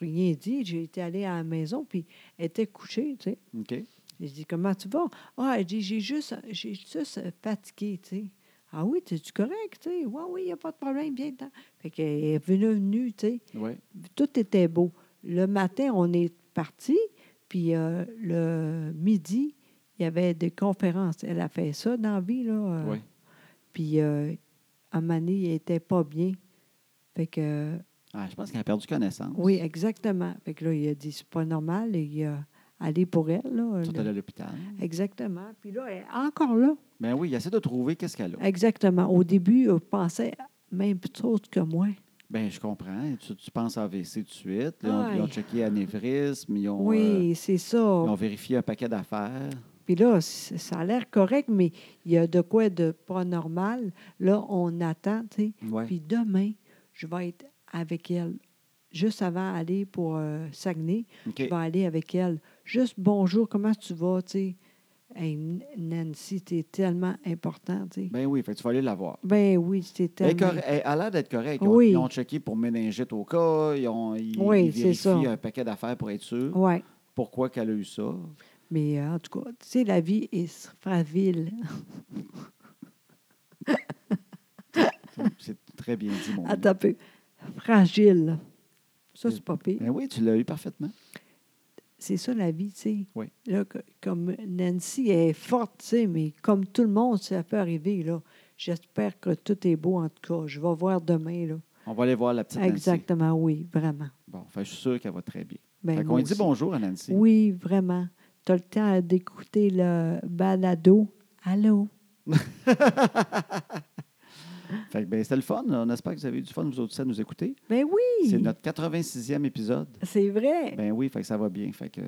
S2: rien dit. J'ai été allée à la maison, puis elle était couchée. Tu sais.
S1: OK.
S2: J'ai dit, comment tu vas? Ah, elle dit, j'ai juste, j'ai juste fatigué, tu sais. Ah oui, es-tu correct, tu sais? Oui, oui, il n'y a pas de problème, bien dedans. Fait qu'elle est venue, venue, tu sais
S1: Ouais.
S2: tout était beau. Le matin, on est parti, puis euh, le midi, il y avait des conférences. Elle a fait ça dans la vie, là. euh,
S1: Ouais.
S2: Puis euh, à un moment donné, il était pas bien. Fait que, euh,
S1: Ah, je pense qu'elle a perdu connaissance.
S2: oui, exactement. Fait que là, il a dit, c'est pas normal, et il a allé pour elle, là.
S1: Tout
S2: le-
S1: est allé à l'hôpital.
S2: Exactement. Puis là, elle est encore là.
S1: Ben oui, il essaie de trouver qu'est-ce qu'elle a.
S2: Exactement. Au début, elle pensait même plus autre que moi.
S1: Ben, je comprends. Tu, tu penses à AVC tout de suite. Là, ils ont
S2: Aïe.
S1: checké anévrisme. Ils ont, euh,
S2: Ah, Oui, c'est ça.
S1: ils ont vérifié un paquet d'affaires.
S2: Puis là, c- ça a l'air correct, mais il y a de quoi de pas normal. Là, on attend, tu sais.
S1: Ouais.
S2: Puis demain, je vais être avec elle. Juste avant d'aller pour euh, Saguenay,
S1: OK.
S2: je vais aller avec elle. Juste bonjour, comment tu vas, tu sais. Hey, N- Nancy, t'es tellement important, tu sais.
S1: Ben oui, fait que tu vas aller la voir.
S2: Ben oui, t'es
S1: Elle, est
S2: tellement...
S1: corre- elle a l'air d'être correcte. Ils, ont-
S2: Oui.
S1: ils ont checké pour méningite au cas. Ils ont ils,
S2: Oui,
S1: ils
S2: c'est
S1: vérifient
S2: ça.
S1: un paquet d'affaires pour être sûr.
S2: Ouais,
S1: Pourquoi qu'elle a eu ça?
S2: mais euh, en tout cas, tu sais, la vie est fragile.
S1: C'est très bien dit, mon ami.
S2: Attends un peu. Fragile. Ça, c'est pas pire.
S1: Ben oui, tu l'as eu parfaitement.
S2: c'est ça la vie, tu sais.
S1: Oui.
S2: Là, co- comme Nancy elle est forte, tu sais, mais comme tout le monde, ça peut arriver, là. J'espère que tout est beau, en tout cas. Je vais voir demain, là.
S1: On va aller voir la petite Nancy.
S2: Exactement, oui, vraiment.
S1: Bon, fait, que je suis sûr qu'elle va très bien.
S2: Ben,
S1: fait qu'on
S2: moi
S1: lui dit
S2: aussi.
S1: bonjour à Nancy.
S2: Oui, vraiment. Tu as le temps d'écouter le balado. Allô?
S1: Fait que, ben, c'était le fun. On espère que vous avez eu du fun, vous autres, aussi, à nous écouter.
S2: Ben oui!
S1: C'est notre 86e épisode.
S2: C'est vrai!
S1: Ben oui, fait que ça va bien. Fait que...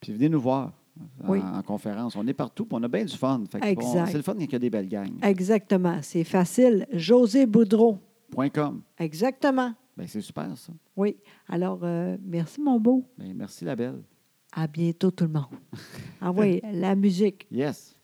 S1: Puis venez nous voir en,
S2: Oui.
S1: en conférence. On est partout, puis on a bien du fun. Fait que
S2: Exact.
S1: on- C'est le fun qu'il y a des belles gangs.
S2: Exactement. C'est facile. José Boudreau.
S1: Point .com.
S2: Exactement.
S1: Ben, c'est super, ça.
S2: Oui. Alors, euh, merci, mon beau.
S1: Ben, merci, la belle.
S2: À bientôt, tout le monde. Envoyez la musique.
S1: Yes.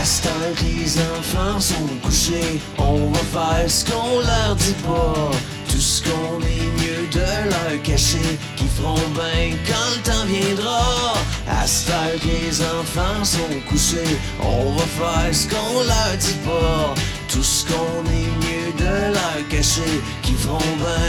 S3: À ce temps que les enfants sont couchés, on va faire ce qu'on leur dit pas. Tout ce qu'on est mieux de leur cacher, qui feront bien quand le temps viendra. À ce temps que les enfants sont couchés, on va faire ce qu'on leur dit pas. Tout ce qu'on est mieux de leur cacher, qui feront bien